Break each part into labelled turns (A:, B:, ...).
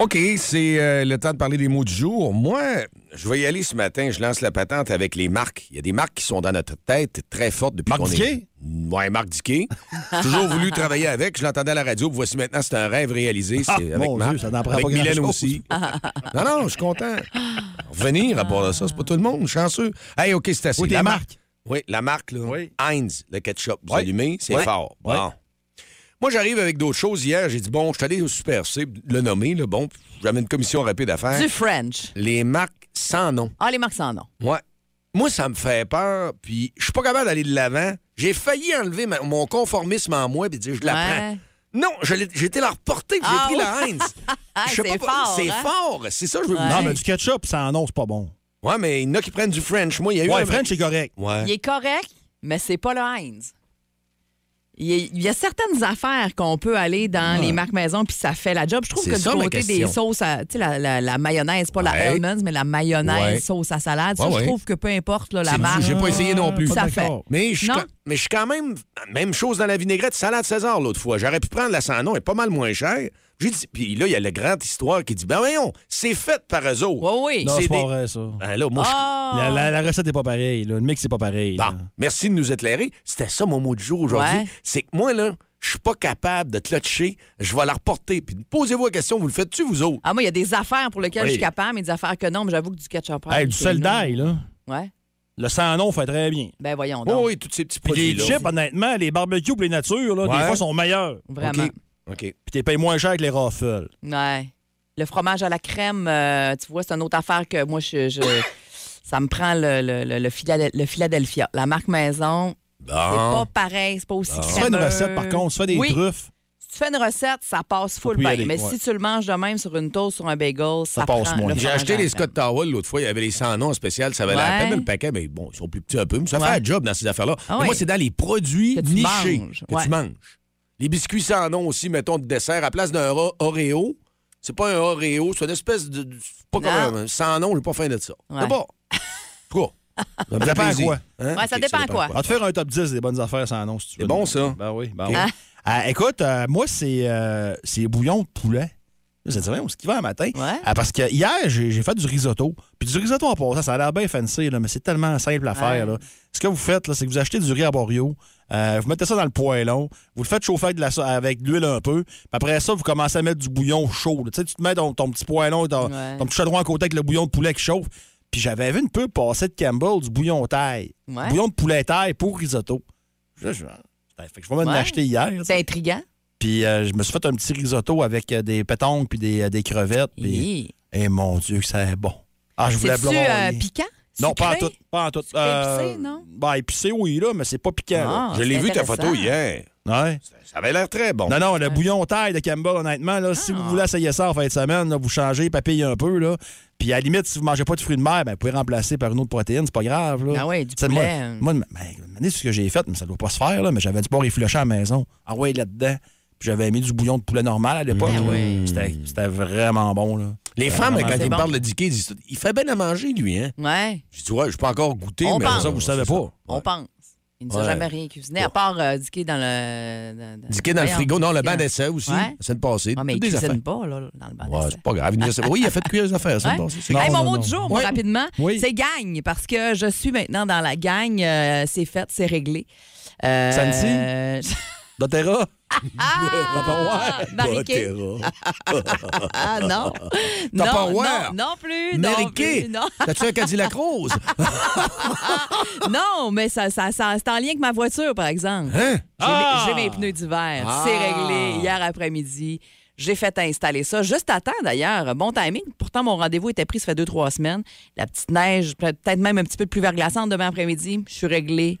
A: OK, c'est euh, le temps de parler des mots du jour. Moi, je vais y aller ce matin. Je lance la patente avec les marques. Il y a des marques qui sont dans notre tête très fortes depuis
B: Marc
A: qu'on est...
B: Diquet?
A: Ouais, Marc Diquet. Toujours voulu travailler avec. Je l'entendais à la radio. puis Voici maintenant, c'est un rêve réalisé. C'est
B: Ah,
A: avec
B: mon
A: Marc.
B: Dieu, ça n'en prend
A: avec
B: pas
A: Mylène
B: grand-chose.
A: aussi. non, non, je suis content. Revenir à part de ça, c'est pas tout le monde. Chanceux. Hey, OK, c'est assez.
B: Oui, des
A: la
B: marques.
A: Oui, la marque, là.
B: Oui.
A: Heinz, le ketchup. Vous
B: Oui.
A: allumez, c'est
B: Oui.
A: fort.
B: Oui.
A: Bon. Moi, j'arrive avec d'autres choses. Hier, j'ai dit, bon, je suis allé au Super C, le nommer, le bon, puis j'avais une commission rapide à faire.
C: Du French.
A: Les marques sans nom.
C: Ah, les marques sans nom.
A: Ouais. Moi, ça me fait peur, puis je suis pas capable d'aller de l'avant. J'ai failli enlever ma- mon conformisme en moi puis dire, je la prends.
C: Ouais.
A: Non, je l'ai- j'ai été la reporter, puis j'ai
C: Ah
A: pris la
C: ouais.
A: Heinz.
C: Ah,
A: Je sais
C: c'est
A: pas pourquoi-
C: fort,
A: C'est
C: hein?
A: fort, c'est ça que je veux vous
C: Ouais.
B: Non,
A: dire.
B: mais du ketchup, ça en a, c'est pas bon.
A: Ouais, mais il y en a qui prennent du French. Moi, il y a eu
B: Ouais,
A: un-
B: French, c'est correct.
A: Ouais.
C: Il est correct, mais c'est pas le Heinz. Il y, a, il y a certaines affaires qu'on peut aller dans les marques maison puis ça fait la job. Je trouve
A: C'est
C: que
A: ça,
C: du
A: ma
C: côté des
A: question.
C: sauces, à- tu sais, la, la- la mayonnaise, pas la
A: Ouais.
C: Hellmann's, mais la mayonnaise
A: Ouais.
C: sauce à salade, ça,
A: Ouais, ouais.
C: je trouve que peu importe là, la
A: C'est-
C: marque.
A: j'ai pas essayé non plus.
C: Ça
B: Pas d'accord.
A: Mais je suis
C: Non.
A: quand- mais je suis quand même. Même chose dans la vinaigrette salade César l'autre fois. J'aurais pu prendre la sans nom, elle est pas mal moins chère. J'ai dit, puis là, il y a la grande histoire qui dit ben voyons, c'est fait par eux autres.
C: Ouais, oui.
B: Non,
A: C'est
B: c'est pas
A: des-
B: vrai, ça.
A: Ben là, moi, je-
C: Ah!
B: La, la- la recette est pas pareille. là. Le mix, c'est pas pareil. là.
A: Bon, merci de nous éclairer. C'était ça mon mot du jour aujourd'hui.
C: Ouais.
A: C'est que moi, là, je suis pas capable de clutcher. Je vais la reporter. Puis posez-vous la question, vous le faites-tu, vous autres?
C: Ah, moi, il y a des affaires pour lesquelles
A: Oui.
C: je suis capable, mais des affaires que non, mais j'avoue que du ketchup. hein,
B: Hey, du sel d'ail, là.
C: Ouais.
B: Le sans nom fait très bien.
C: Ben voyons
A: Oh
C: donc.
A: oui, tous ces petits
B: Puis les
A: produits-là.
B: chips, honnêtement, les barbecues pour les natures, là,
A: Ouais.
B: des fois, sont meilleurs.
C: Vraiment.
A: OK. OK.
B: Puis t'es payé moins cher que les raffles.
C: Ouais. Le fromage à la crème, euh, tu vois, c'est une autre affaire que moi, je. je- ça me prend le, le, le, le Philade- le Philadelphia. La marque maison, c'est
A: Bon.
C: pas pareil, c'est pas aussi
B: Si tu fais
C: crémeux.
B: une recette, par contre, tu fais des
C: Oui.
B: truffes,
C: Si tu fais une recette, ça passe full
B: Faut y
C: bien.
B: aller,
C: Mais
B: ouais.
C: si tu le manges de même sur une toast, sur un bagel, ça,
B: passe
C: prend
B: moins.
C: le
A: J'ai
C: fromage
A: acheté
C: à la
A: les
C: crème.
A: Scott Towel l'autre fois. Il y avait les sans noms spécial. Ça valait la
C: Ouais.
A: peine le paquet, mais bon, ils sont plus petits un peu. Mais ça fait
C: Ouais.
A: un job dans ces affaires-là.
C: Ah
A: Mais
C: ouais.
A: Moi, c'est dans les produits
C: Que tu
A: nichés
C: manges,
A: que tu
C: ouais.
A: manges. Les biscuits sans nom aussi, mettons, de dessert. À place d'un ra- Oreo, c'est pas un Oreo, c'est une espèce de. de- c'est pas
C: Non. Ah,
A: comme un. Sans nom, j'ai pas faim de ça.
C: Ouais.
A: C'est bon. Quoi? Ça me fait
B: dépend à
A: plaisir.
B: quoi.
A: Hein?
C: Ouais, ça
A: Ok,
C: dépend à quoi.
B: On va te faire un top 10 des bonnes affaires sans nom, si tu veux.
A: C'est bon, ça.
B: Ben oui, ben
A: Ok.
B: oui. Ah, écoute, euh, moi, c'est euh, c'est bouillon de poulet. C'est vrai, on se qui va un matin.
C: Ouais.
B: Ah, parce que hier, j'ai j'ai fait du risotto. Puis du risotto en passant, ça a l'air bien fancy, là, mais c'est tellement simple à faire.
C: Ouais.
B: là. Ce que vous faites, là, c'est que vous achetez du riz à Borio, euh, vous mettez ça dans le poêlon, vous le faites chauffer avec de la so- avec de l'huile un peu. Puis après ça, vous commencez à mettre du bouillon chaud. là. Tu sais, tu te mets ton, ton petit poêlon, ton,
C: Ouais.
B: ton petit chaudron à côté avec le bouillon de poulet qui chauffe. Puis j'avais vu une pub passer de Campbell du bouillon taille.
C: Ouais.
B: Du Bouillon de poulet taille pour risotto. Là, je, ben, fait que je vais m'en
C: Ouais.
B: acheter hier. tu sais.
C: C'est intriguant.
B: Puis euh, je me suis fait un petit risotto avec euh, des pétanques puis des, euh, des crevettes. Puis...
C: Hi.
B: Et mon Dieu, que c'est bon. Ah, je voulais
C: C'est-tu
B: blâmer.
C: euh, piquant?
B: Non,
C: Sucré?
B: pas en tout. Pas en tout.
C: Sucré épicé, non?
B: Ben, épicé, oui, là, mais c'est pas piquant.
C: Ah,
A: Je l'ai
C: c'est
A: vu ta photo
C: intéressant.
A: hier.
B: là. Ouais.
A: Ça avait l'air très bon.
B: Non, non, le bouillon taille de Campbell, honnêtement, là, si vous
C: Ah.
B: voulez essayer ça en fin de semaine, là, vous changez, papillez un peu. Là. Puis à la limite, si vous mangez pas de fruits de mer, ben, vous pouvez remplacer par une autre protéine, c'est pas grave. Là.
C: Ah ouais, du
B: C'est- moi-
C: poulet.
B: Moi, ben, imaginez ce que j'ai fait, mais ça doit pas se faire, là, mais j'avais du porc effiloché à la maison. Ah ouais, là-dedans. Puis j'avais mis du bouillon de poulet normal à l'époque.
C: Ah
B: là.
C: ouais.
B: C'était c'était vraiment bon. Là.
A: Les femmes, quand
B: c'est
A: ils me
C: bon.
A: parlent de Dicky, ils disent il fait bien à manger, lui, hein.
C: Ouais,
A: Je dis, ouais, je pas encore goûté,
C: On
A: mais
C: pense.
A: ça, vous savez pas.
C: on pense. Il ne nous
A: Ouais.
C: a jamais rien cuisiné,
A: Ouais.
C: à part euh, Dicky dans le. dans- dans-
A: Dicky dans le
C: Voyons.
A: frigo. Non, le banc d'essai aussi.
C: Ouais.
A: C'est de passer.
C: Ouais, mais il
A: Toutes des affaires.
C: cuisine pas là, dans le banc
A: Ouais,
C: d'essai.
A: c'est pas grave. Il nous a- Oui, il a fait de cuire les affaires. C'est
C: Ouais.
A: de passer. C'est
B: Non,
C: Hein? Hey,
A: grave.
C: mon
B: non,
C: mot
B: non.
C: du jour, moi,
A: Oui.
C: rapidement,
B: Oui.
C: c'est gagne, parce que je suis maintenant dans la gagne. euh, c'est fait, c'est réglé. Euh,
B: Santi?
C: euh,
B: Doterra?
C: Ah! Mariqué.
A: Botera.
C: Ah, non.
A: T'as
C: non,
A: pas
C: non,
A: ouvert.
C: non plus. non
A: Mariqué.
C: plus, Non,
A: T'as-tu un Cadillac Rose?
C: Non, mais ça, ça, ça- c'est en lien avec ma voiture, par exemple.
A: Hein?
C: J'ai mes-
B: Ah!
C: j'ai mes, pneus d'hiver.
A: Ah!
C: C'est réglé hier après-midi. J'ai fait installer ça. Juste à temps, d'ailleurs. Bon timing. Pourtant, mon rendez-vous était pris, ça fait deux, trois semaines. La petite neige, peut- peut-être même un petit peu de pluie verglaçante demain après-midi. Je suis réglée.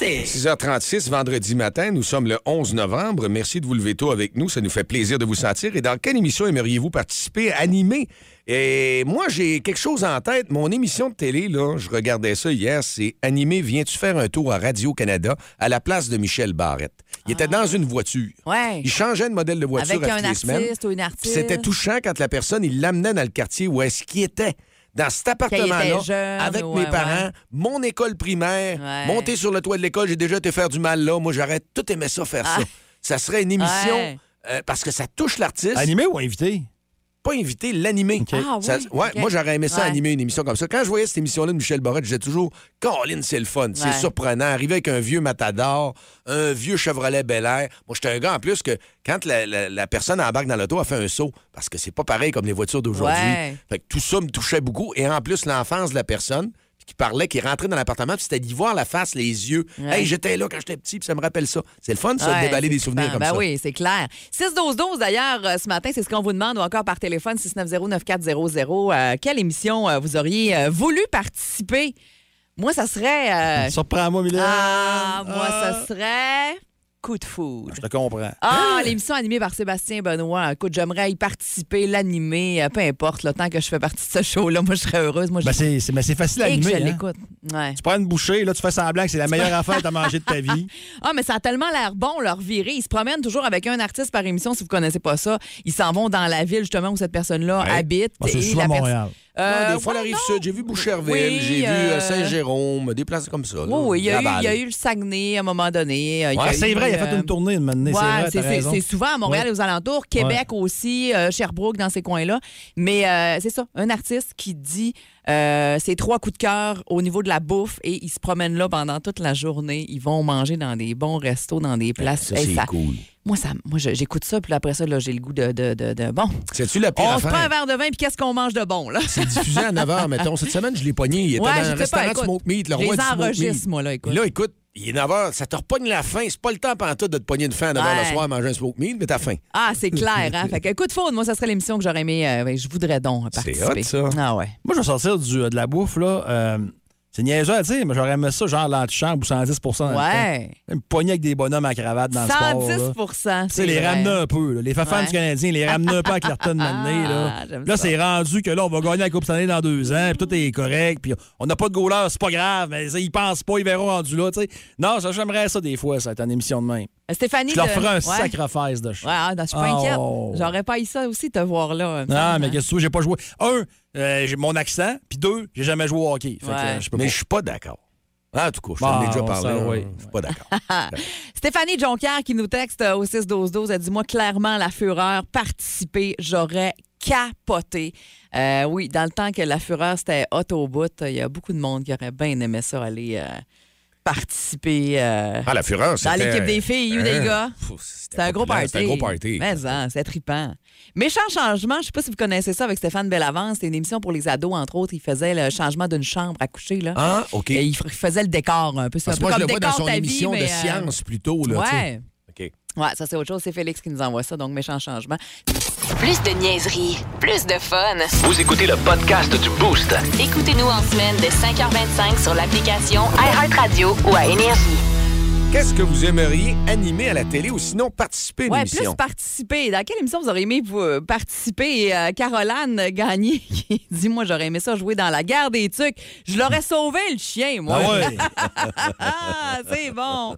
A: 6h36, vendredi matin, nous sommes le 11 novembre. Merci de vous lever tôt avec nous, ça nous fait plaisir de vous sentir. Et dans quelle émission aimeriez-vous participer, animer? Et moi, j'ai quelque chose en tête. Mon émission de télé, là, je regardais ça hier, c'est Animé, viens-tu faire un tour à Radio-Canada à la place de Michel Barrette? Il était dans une voiture.
C: Ah. Ouais.
A: Il changeait de modèle de voiture
C: Avec
A: à
C: un
A: toutes les
C: artiste
A: semaines.
C: ou une artiste.
A: Puis C'était touchant quand la personne, il l'amenait dans le quartier où est-ce qu'il était. Dans cet appartement-là,
C: jeune,
A: avec
C: ouais,
A: mes
C: ouais.
A: parents, mon école primaire,
C: Ouais.
A: monter sur le toit de l'école, j'ai déjà été faire du mal là. Moi, j'arrête tout aimé ça, faire ça. Ça serait une émission
C: Ah. Ouais.
A: euh, parce que ça touche l'artiste.
B: Animé ou invité?
A: Pas invité, l'animer.
C: Ah oui,
A: Ça- ouais,
C: ok.
A: Moi, j'aurais aimé ça
C: Ouais.
A: animer une émission comme ça. Quand je voyais cette émission-là de Michel Barrette, je disais toujours Colin, c'est le fun, c'est
C: Ouais.
A: surprenant. Arriver avec un vieux matador, un vieux Chevrolet Bel Air. Moi, j'étais un gars en plus que quand la, la- la personne embarque dans l'auto, elle fait un saut parce que c'est pas pareil comme les voitures d'aujourd'hui.
C: Ouais.
A: Fait que tout ça me touchait beaucoup. Et en plus, l'enfance de la personne qui parlait, qui rentrait dans l'appartement, puis c'était d'y voir la face, les yeux.
C: Ouais.
A: Hey, j'étais là quand j'étais petit, puis ça me rappelle ça. C'est le fun, ça,
C: Ouais,
A: de déballer
C: c'est
A: des souvenirs
C: trippant.
A: comme
C: ben
A: ça.
C: oui, c'est clair. 6-12-12, d'ailleurs, euh, ce matin, c'est ce qu'on vous demande, ou encore par téléphone, 690-9400. Euh, quelle émission euh, vous auriez euh, voulu participer? Moi, ça serait... euh,
B: Surprends-moi, Mylène.
C: ah, moi, ça serait... Coup de foudre.
B: Je te comprends.
C: Ah, l'émission animée par Sébastien Benoît. Écoute, j'aimerais y participer, l'animer, euh, peu importe, le temps que je fais partie de ce show-là, moi, je serais heureuse. Moi,
B: Ben,
C: j'ai
B: c'est c'est- mais c'est facile à
C: et que
B: animer.
C: je
B: hein.
C: l'écoute. Ouais.
B: Tu prends une bouchée, là, tu fais semblant que c'est la meilleure affaire que t'as mangée de ta vie.
C: Ah, mais ça a tellement l'air bon, leur virée. Ils se promènent toujours avec un artiste par émission, si vous connaissez pas ça. Ils s'en vont dans la ville, justement, où cette personne-là
A: Ouais.
C: habite.
B: Bon, Ah, c'est
C: et
B: souvent
C: la perso-
B: Montréal.
C: Euh,
A: Non, des fois,
C: ouais,
A: la rive
C: non.
A: sud. J'ai vu Boucherville,
C: Oui,
A: j'ai vu
C: euh,
A: euh, Saint-Jérôme, des places comme ça. là.
C: Oui, oui, il y, a eu,
A: Laval.
C: il y a eu le Saguenay à un moment donné. euh,
A: Ouais,
B: Ah, c'est vrai, il a fait une tournée une
C: Ouais,
B: matinée,
C: c'est-
B: c'est vrai,
C: c'est
B: t'as
C: c'est
B: raison.
C: souvent à Montréal
B: Ouais.
C: et aux alentours, Québec aussi, euh, Sherbrooke dans ces coins-là. Mais euh, c'est ça, un artiste qui dit euh, ses trois coups de cœur au niveau de la bouffe et ils se promènent là pendant toute la journée. Ils vont manger dans des bons restos, dans
B: Ben,
C: des places.
A: Ça,
C: Hey,
A: c'est
C: ça-
A: cool.
C: Moi, ça, moi je- j'écoute ça, puis après ça, là, j'ai le goût de, de, de, de- Bon,
A: C'est-tu la pire
C: on se prend un verre
A: affaire?
C: de vin, puis qu'est-ce qu'on mange de bon, là?
A: C'est diffusé à 9h, mettons. Cette semaine, je l'ai pogné. Il était
C: Ouais,
A: dans
C: je
A: un
C: sais
A: restaurant
C: pas,
A: de
C: écoute,
A: Smoke Meat, le
C: je les
A: roi du Smoke
C: enregistre,
A: Meat.
C: moi, là, écoute.
A: Là, écoute, il est 9h, ça te repogne la faim. C'est pas le temps pantoute de te pogner une faim à 9h
C: Ouais.
A: le soir à manger un Smoke Meat, mais t'as faim.
C: Ah, c'est clair, hein? Fait que, coup de faune, moi, ça serait l'émission que j'aurais aimé. euh, ben, je voudrais donc
A: C'est
C: participer.
A: hot, ça.
C: Ah, ouais.
B: Moi, je vais sortir du, euh, de la bouffe, là. euh, c'est niaiseux à dire, mais j'aurais aimé ça, genre l'antichambre ou 110 dans le
C: Ouais.
B: temps. Me pogner avec des bonhommes à cravate dans le sport. là.
C: 110
B: Tu sais, les
C: vrai.
B: ramener un peu. là. Les fans
C: Ouais.
B: du Canadien, les ramener un peu à Clarton Mané.
C: Ah,
B: Là,
C: j'aime
B: là
C: ça.
B: c'est rendu que là, on va gagner la Coupe Stanley dans deux ans, puis tout est correct, puis on n'a pas de goaler, c'est pas grave, mais ça, ils pensent pas, ils verront rendu là. tu sais. Non, ça, j'aimerais ça des fois, ça, être en émission de même.
C: Euh, Stéphanie.
B: Je leur
C: de-
B: ferais un
C: Ouais.
B: sacrifice de chien.
C: Ouais, ah, non, je suis pas
B: Oh.
C: inquiète. J'aurais pas eu ça aussi, te voir là.
B: Non, mais
C: que
B: qu'est-ce que tu veux, j'ai pas joué. Un, euh, j'ai mon accent, puis deux, j'ai jamais joué au hockey. Fait que,
C: Ouais.
B: euh, je peux
A: Mais
B: pas.
A: je suis pas d'accord. Ah, En tout cas, je
B: Bon,
A: t'en ai déjà
B: on
A: parlé.
B: sait,
A: hein.
B: oui.
A: Je suis pas d'accord.
C: Stéphanie Jonquière qui nous texte euh, au 6-12-12, elle dit Moi, clairement, la fureur, participer, j'aurais capoté. Euh, oui, dans le temps que la fureur, c'était hot au bout, euh, il y a beaucoup de monde qui aurait bien aimé ça, aller euh, participer. euh,
A: Ah, la fureur,
C: dans
A: c'était...
C: l'équipe des filles ou des
A: Hein?
C: gars.
A: Pff,
C: C'était un
A: pas
C: gros
A: plat,
C: party.
A: C'était un gros party.
C: Mais hein, c'est trippant. Méchant changement, je sais pas si vous connaissez ça avec Stéphane Bellavance, c'était une émission pour les ados, entre autres. Il faisait le changement d'une chambre à coucher. Là.
A: Ah, OK.
C: Et il f- il faisait le décor un peu. C'est un
A: Parce que
C: peu
A: moi, je
C: comme
A: le vois dans
C: décor
A: son
C: ta vie,
A: émission
C: mais,
A: de
C: euh,
A: science, plutôt. Là, tu sais.
C: ouais.
A: OK.
C: Ouais, ça c'est autre chose. C'est Félix qui nous envoie ça, donc méchant changement.
D: Plus de niaiserie, plus de fun.
E: Vous écoutez le podcast du Boost.
D: Écoutez-nous en semaine de 5h25 sur l'application iHeartRadio
C: Ah.
D: ou à Énergie.
A: Qu'est-ce que vous aimeriez animer à la télé ou sinon participer à une
C: Ouais,
A: émission?
C: plus participer. Dans quelle émission vous auriez aimé vous, euh, participer? Et, euh, Caroline Gagné qui dit Moi, j'aurais aimé ça jouer dans la guerre des trucs. Je l'aurais sauvé le chien, moi.
B: Ah ouais.
C: Ah, c'est bon.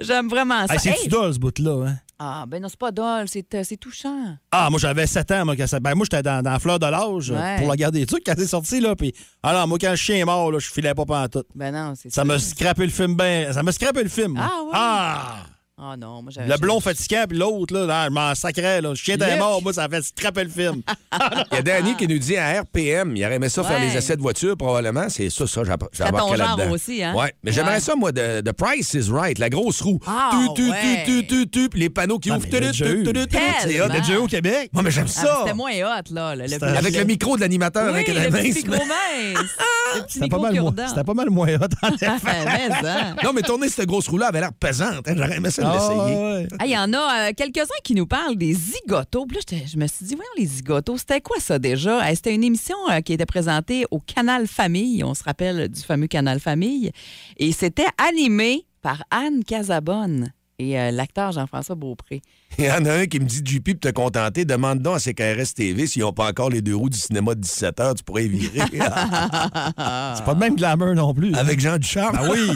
C: J'aime vraiment ça.
B: Hey, C'est-tu
C: Hey!
B: dole, ce bout-là? hein?
C: Ah, ben non, c'est pas dole, c'est euh, c'est touchant.
B: Ah, moi, j'avais 7 ans. Moi, quand ça- ben, moi j'étais dans, dans la fleur de l'âge euh,
C: Ouais.
B: pour la garder des trucs quand c'est sorti. Là, puis, alors, moi, quand le chien est mort, là, je filais pas pantoute.
C: Ben non, c'est
B: Ça m'a scrappé le film ben Ça m'a scrappé le film. moi.
C: Ah ouais?
B: Ah!
C: Ah non, moi j'avais.
B: Le blond fatiguant, puis l'autre, là, là, je m'en sacrais. Là. Le chien était
C: Luc.
B: mort, moi, ça a fait scraper le film.
A: Il y a Danny qui nous dit à RPM, il aurait aimé ça faire
C: Ouais.
A: les essais de voiture probablement. C'est ça, ça, j'app-
C: ton
A: j'embarquais
C: genre
A: là-dedans.
C: aussi, hein?
A: Ouais, mais j'aimerais
C: Ouais.
A: ça, moi, de, de Price is Right, la grosse roue.
C: Ah,
A: tu, tu,
C: ouais.
A: tu, tu, tu, tu, puis les panneaux qui
B: Ah,
A: ouvrent.
B: mais il
A: Tu,
B: y a
A: tu,
B: déjà
A: tu,
B: eu.
A: tu, tu, tu, c'est hot.
C: Tellement.
B: Déjà au Québec.
A: Moi, mais j'aime
C: Ah, mais
A: ça.
C: c'était moins hot, là. le- le-
B: C'était-
A: Avec le micro de l'animateur, hein,
C: Oui,
A: qui
C: le
A: avait mince,
C: petit
A: mais-
C: micro mince. le petit
B: C'était pas,
C: micro
B: mal moins-
C: cure-dent.
B: c'était pas mal moins hot. en effet.
C: Ah, mais, hein.
A: Non, mais tourner cette grosse roue-là avait l'air pesante. hein. J'aurais aimé ça de l'essayer.
B: Ah, ouais.
C: Ah, Il y en a euh, quelques-uns qui nous parlent des zigotos. Puis là, j'étais- je me suis dit, voyons, les zigotos, c'était quoi ça déjà? Euh, C'était une émission euh, qui était présentée au Canal Famille. On se rappelle du fameux Canal Famille. Et c'était animé par Anne Casabonne et euh, l'acteur Jean-François Beaupré.
A: Il y en a un qui me dit JP, pour te contenter, demande donc à CKRS TV s'ils n'ont pas encore les deux roues du cinéma de 17h, tu pourrais y virer. Ah,
B: C'est pas de même glamour non plus. hein.
A: Avec Jean Ducharme.
B: Ah oui!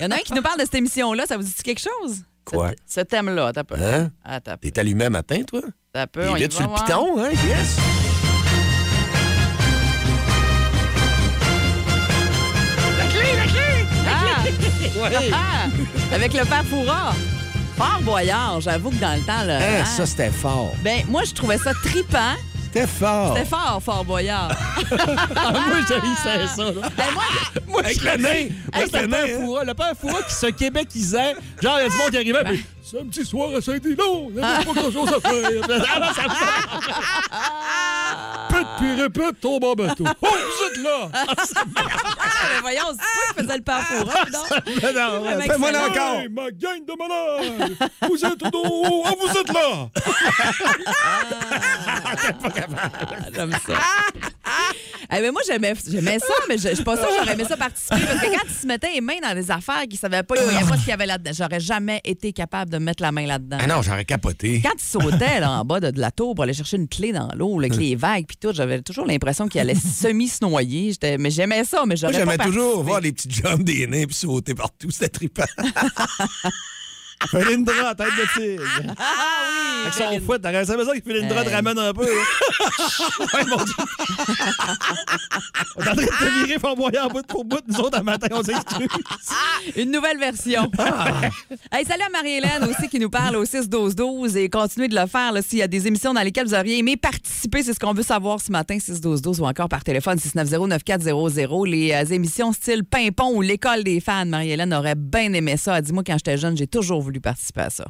C: Il y en a un qui nous parle de cette émission-là. Ça vous dit quelque chose?
A: Quoi?
C: Ce, ce thème-là. T'as peur.
A: Hein?
C: Ah, t'as peur.
A: T'es allumé matin, toi?
C: T'as peur. on
A: Il
C: y
A: est sur
C: va
A: le
C: voir.
A: piton, hein? Yes!
C: Ah! Ah! Avec le père Foura. Fort Boyard, j'avoue que dans le temps, là.
A: Hein,
C: hein?
A: Ça, c'était fort.
C: Ben, moi, je trouvais ça tripant.
A: C'était fort.
C: C'était fort, Fort Boyard.
F: Ah, moi, j'haïssais ça. là.
C: Ben, moi,
F: Moi,
A: Avec
F: je
A: la main.
F: Hey,
A: Avec
F: c'était
A: la
F: le
A: main.
F: père
A: hein?
F: Foura, le père Foura qui se québécisait. Genre, il y a du monde qui arrivait, puis c'est un petit soir à Saint-Dino,
C: Ben,
F: il n'y avait pas grand-chose à faire. Ah, non, ça me fait- Pète puis répète, tombe en bateau. Oh, vous êtes là!
C: ah, ben, voyons, c'est pas que faisais le père
F: Ah,
C: Foura, Ah, non? Vraiment
A: Fais-moi
C: excellent.
A: là encore.
F: Hey, ma gang de malades! Vous êtes dans... Ah, vous êtes là!
C: J'aime ça. Eh ben, moi, j'aimais, j'aimais ça, mais je, je suis pas sûre que j'aurais aimé ça participer. Parce que quand ils se mettaient les mains dans des affaires qu'ils savaient pas, ils voyaient pas ce qu'il y avait là-dedans. J'aurais jamais été capable de mettre la main là-dedans.
A: Ah non, j'aurais capoté.
C: Quand ils sautaient là, en bas de, de la tour pour aller chercher une clé dans l'eau, là, avec les vagues puis tout, j'avais toujours l'impression qu'ils allaient semi-se noyer. J'étais- mais j'aimais ça, mais
A: Moi,
C: j'aurais
A: j'aimais
C: pas
A: toujours
C: participé.
A: voir les petites jambes des nains puis sauter partout. C'était trippant.
B: Fais une droite, tête de tigre. Avec son fouet, t'as raison, c'est ça qu'il fait une
G: Euh.
B: droite,
C: Hey.
B: ramène un peu. hein. ouais, mon Dieu. On est en train de te virer Fort Boyard bout pour bout, nous autres, à matin, on s'excuse.
C: Ah! Une nouvelle version.
A: Ah!
C: Hey, salut à Marie-Hélène aussi qui nous parle au 6-12-12 et continuez de le faire là, s'il y a des émissions dans lesquelles vous auriez aimé participer. C'est ce qu'on veut savoir ce matin, 6-12-12 ou encore par téléphone 690-9400. Les euh, émissions style Pimpon ou l'école des fans. Marie-Hélène aurait bien aimé ça. Elle dit Moi, quand j'étais jeune, j'ai toujours voulu participer à ça.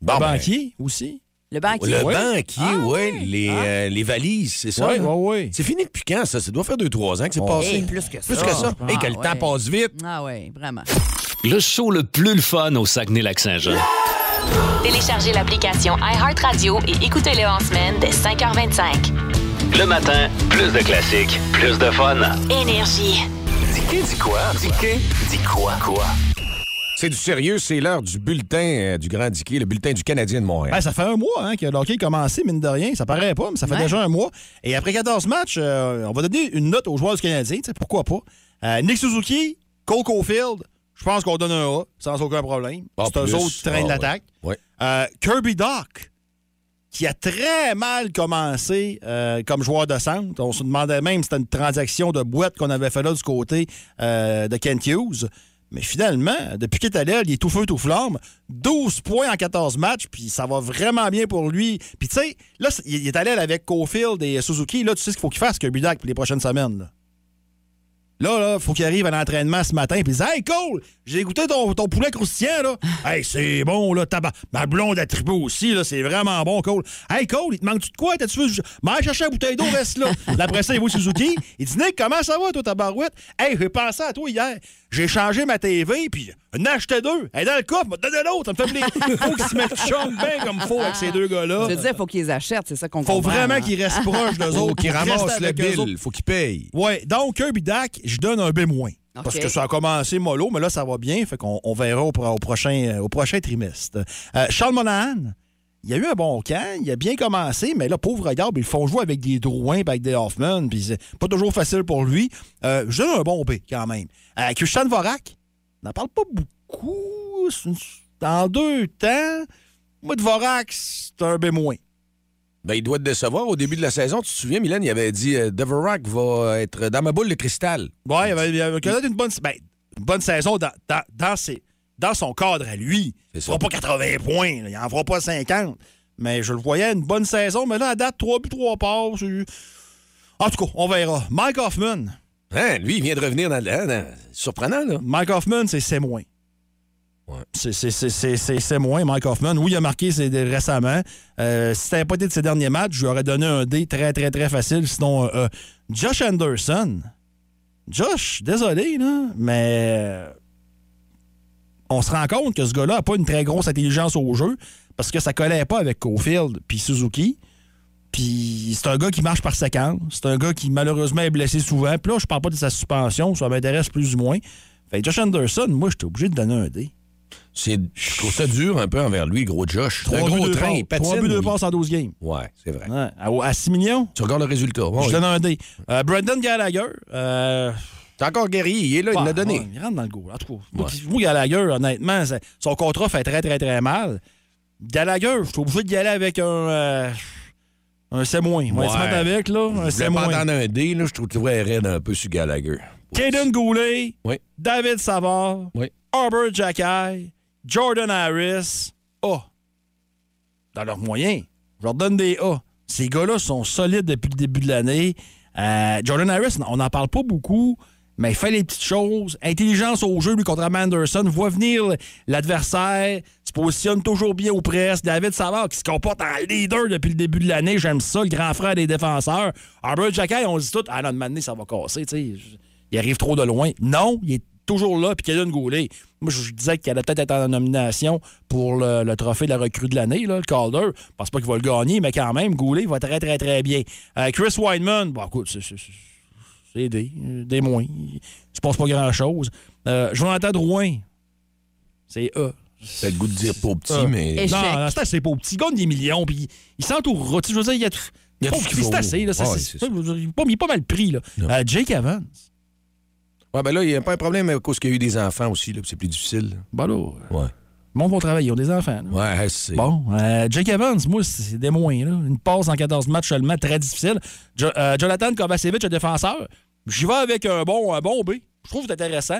A: Bon, ben,
B: banquier aussi.
C: Le banquier.
A: le
B: Ouais.
A: banquier,
C: Ah,
A: ouais,
C: ouais.
A: Les, euh, les valises, c'est ça?
B: Ouais,
A: hein?
B: ouais, ouais.
A: C'est fini depuis quand, ça? Ça doit faire 2-3 ans que c'est
B: Oh.
A: passé.
C: Hey, plus que ça.
A: Plus que ça.
C: Ah,
A: Et que le
C: ouais.
A: temps passe vite.
C: Ah oui, vraiment.
E: Le show le plus le fun au Saguenay-Lac-Saint-Jean.
D: Téléchargez l'application iHeartRadio et écoutez-le en semaine dès 5h25.
E: Le matin, plus de classiques, plus de fun.
D: Énergie.
E: Dis dis quoi? Dis dis quoi? Quoi?
A: C'est du sérieux, c'est l'heure du bulletin euh, du Grand Diquet, le bulletin du Canadien de Montréal.
B: Hey, ça fait un mois hein, que le hockey a commencé, mine de rien. Ça paraît pas, mais ça fait
C: Ouais.
B: déjà un mois. Et après 14 matchs, euh, on va donner une note aux joueurs du Canadien. tu sais, Pourquoi pas? Euh, Nick Suzuki, Cole Caulfield, je pense qu'on donne un A, sans aucun problème. Ben,
A: Ah,
B: C'est
A: plus.
B: eux autres qui traînent
A: Ah, ouais.
B: l'attaque.
A: Ouais.
B: Euh, Kirby Doc, qui a très mal commencé euh, comme joueur de centre. On se demandait même si c'était une transaction de boîte qu'on avait fait là du côté euh, de Kent Hughes. Mais finalement, depuis qu'il est allé, il est tout feu, tout flamme. 12 points en 14 matchs, puis ça va vraiment bien pour lui. Puis tu sais, là, c'est- il est allé avec Caulfield et Suzuki. Là, tu sais ce qu'il faut qu'il fasse, Kirby Doc, pour les prochaines semaines. Là. Là, là, faut qu'il arrive à l'entraînement ce matin. Puis il dit Hey, Cole, j'ai goûté ton, ton poulet croustillant, là.
C: Ah.
B: hey, c'est bon, là, tabac. Ma blonde à tripot aussi, là, c'est vraiment bon, Cole. Hey, Cole, il te manque-tu de quoi T'as-tu vu Mais chercher la bouteille d'eau, reste là. Après ça, il voit Suzuki. Il dit Nick, comment ça va, toi, ta barouette Hey, j'ai pensé à toi hier. J'ai changé ma TV, puis en acheté deux. Hey, dans le coffre, m'a donné l'autre. Ça me fait plaisir. faut qu'il se mette chum bien comme faut avec ces deux gars-là.
C: Je veux dire, il faut qu'ils les achètent, c'est ça qu'on
B: Faut
C: comprend,
B: vraiment
C: hein.
B: qu'ils restent proches d'eux
A: Faut
B: autres,
A: qu'il
B: qu'ils
A: ramasse
B: restent
A: le
B: avec eux autres.
A: bill, faut qu'il paye.
B: Ouais, donc Kirby Dak, je donne un B-. Parce
C: OK.
B: que ça a commencé mollo, mais là, ça va bien. Fait qu'on on verra au, pro- au prochain, euh, au prochain trimestre. Euh, Charles Monahan, il a eu un bon camp, il a bien commencé, mais là, pauvre gars, ils le font jouer avec des Drouin, puis avec des Hoffman, puis c'est pas toujours facile pour lui. Euh, je donne un bon B quand même. Euh, Christian Vorak, on n'en parle pas beaucoup. c'est une- Dans deux temps, moi, de Vorak, c'est un B-.
A: Ben, il doit te décevoir. Au début de la saison, tu te souviens, Milan, il avait dit euh, Devorak va être dans ma boule de cristal.
B: Ouais, il avait, il avait connu une bonne, ben, une bonne saison dans, dans, dans ses- dans son cadre à lui.
A: C'est
B: Il
A: ça.
B: fera pas 80 points, là, il en fera pas 50. Mais je le voyais une bonne saison, mais là, à date, 3 buts, 3 passes. euh, En tout cas, on verra. Mike Hoffman.
A: Hein, lui, il vient de revenir dans le. hein, dans- Surprenant, là.
B: Mike Hoffman, c'est c'est moins.
A: Ouais.
B: C'est- c'est- C'est c'est- c'est- c'est moins, Mike Hoffman. Oui, il a marqué ses- récemment. Euh, si c'était pas été de ses derniers matchs, je lui aurais donné un D très, très, très facile. Sinon, euh, euh, Josh Anderson. Josh, désolé, là, mais on se rend compte que ce gars-là n'a pas une très grosse intelligence au jeu parce que ça collait pas avec Cofield puis Suzuki. Puis c'est un gars qui marche par séquence. C'est un gars qui malheureusement est blessé souvent. Puis là, je parle pas de sa suspension, ça m'intéresse plus ou moins. Fait que Josh Anderson, moi, j'étais obligé de donner un D.
A: C'est, je trouve ça dur un peu envers lui, gros Josh. C'est un
B: Trois buts,
A: gros
B: deux
A: train,
B: passes.
A: il patine.
B: Trois buts, deux
A: lui.
B: passes en 12 games.
A: Ouais, c'est vrai.
B: Ouais. À, à 6 millions,
A: Tu regardes le résultat. Bon,
B: je
A: il-
B: donne un dé. Euh, Brendan Gallagher, euh,
A: T'es encore guéri, il est là, il
B: Ouais,
A: l'a donné.
B: Ah, ouais, il rentre dans le goal. En tout cas, moi, puis moi, Gallagher, honnêtement, ça- son contrat fait très, très, très mal. Gallagher, je suis obligé d'y aller avec un. euh, un c'est moins. On va
A: Ouais.
B: se mettre avec, là. Un
A: Je
B: c'est
A: voulais pas
B: moins.
A: entendre un dé, là, je trouve que tu vois raide un peu sur Gallagher.
B: Caden Goulet,
A: Oui.
B: David Savard,
A: Oui.
B: Arbor Jacky, Jordan Harris. A. Dans leurs moyens, je leur donne des A. Ces gars-là sont solides depuis le début de l'année. Euh, Jordan Harris, on n'en parle pas beaucoup, mais il fait les petites choses. Intelligence au jeu, lui, contre Anderson. Voit venir l'adversaire, se positionne toujours bien aux presses. David Savard, qui se comporte en leader depuis le début de l'année. J'aime ça, le grand frère des défenseurs. Arbor Jacky, on dit tout, ah non, de manier, ça va casser, tu sais. Il arrive trop de loin. Non, il est toujours là, puis Kevin Goulet. Moi, je je disais qu'il allait peut-être être en nomination pour le, le trophée de la recrue de l'année, là, le Calder. Je pense pas qu'il va le gagner, mais quand même, Goulet va très, très, très bien. Euh, Chris Wideman, bon, écoute, c'est, c'est- c'est- c'est des, euh, des moins. Il se passe pas grand-chose. Euh, Jonathan Drouin, c'est E.
A: T'as le goût de dire pour petit,
B: Euh,
A: mais.
C: Échec.
B: Non, non, c'est assez beau. Petit gagne des millions, puis il s'entourera. Tu sais, Je veux dire, il y a tout.
A: Il y a tout ce qu'il faut.
B: C'est assez. Là, c'est,
A: Ouais,
B: c'est-
A: c'est ça.
B: il est pas, il est pas mal pris. Là.
A: Non.
B: Euh, Jake Evans.
A: Ouais, ben là, il n'y a pas un problème à cause qu'il y a eu des enfants aussi, là, puis c'est plus difficile.
B: Bon, là,
A: Ouais.
B: le monde va travailler. Ils ont des enfants. là.
A: Ouais, c'est.
B: Bon, euh, Jake Evans, moi, c'est c'est des moins. Là. Une passe en 14 matchs seulement, très difficile. Jo- euh, Jonathan Kovacevic, le défenseur, j'y vais avec un bon, un bon B. Je trouve que c'est intéressant.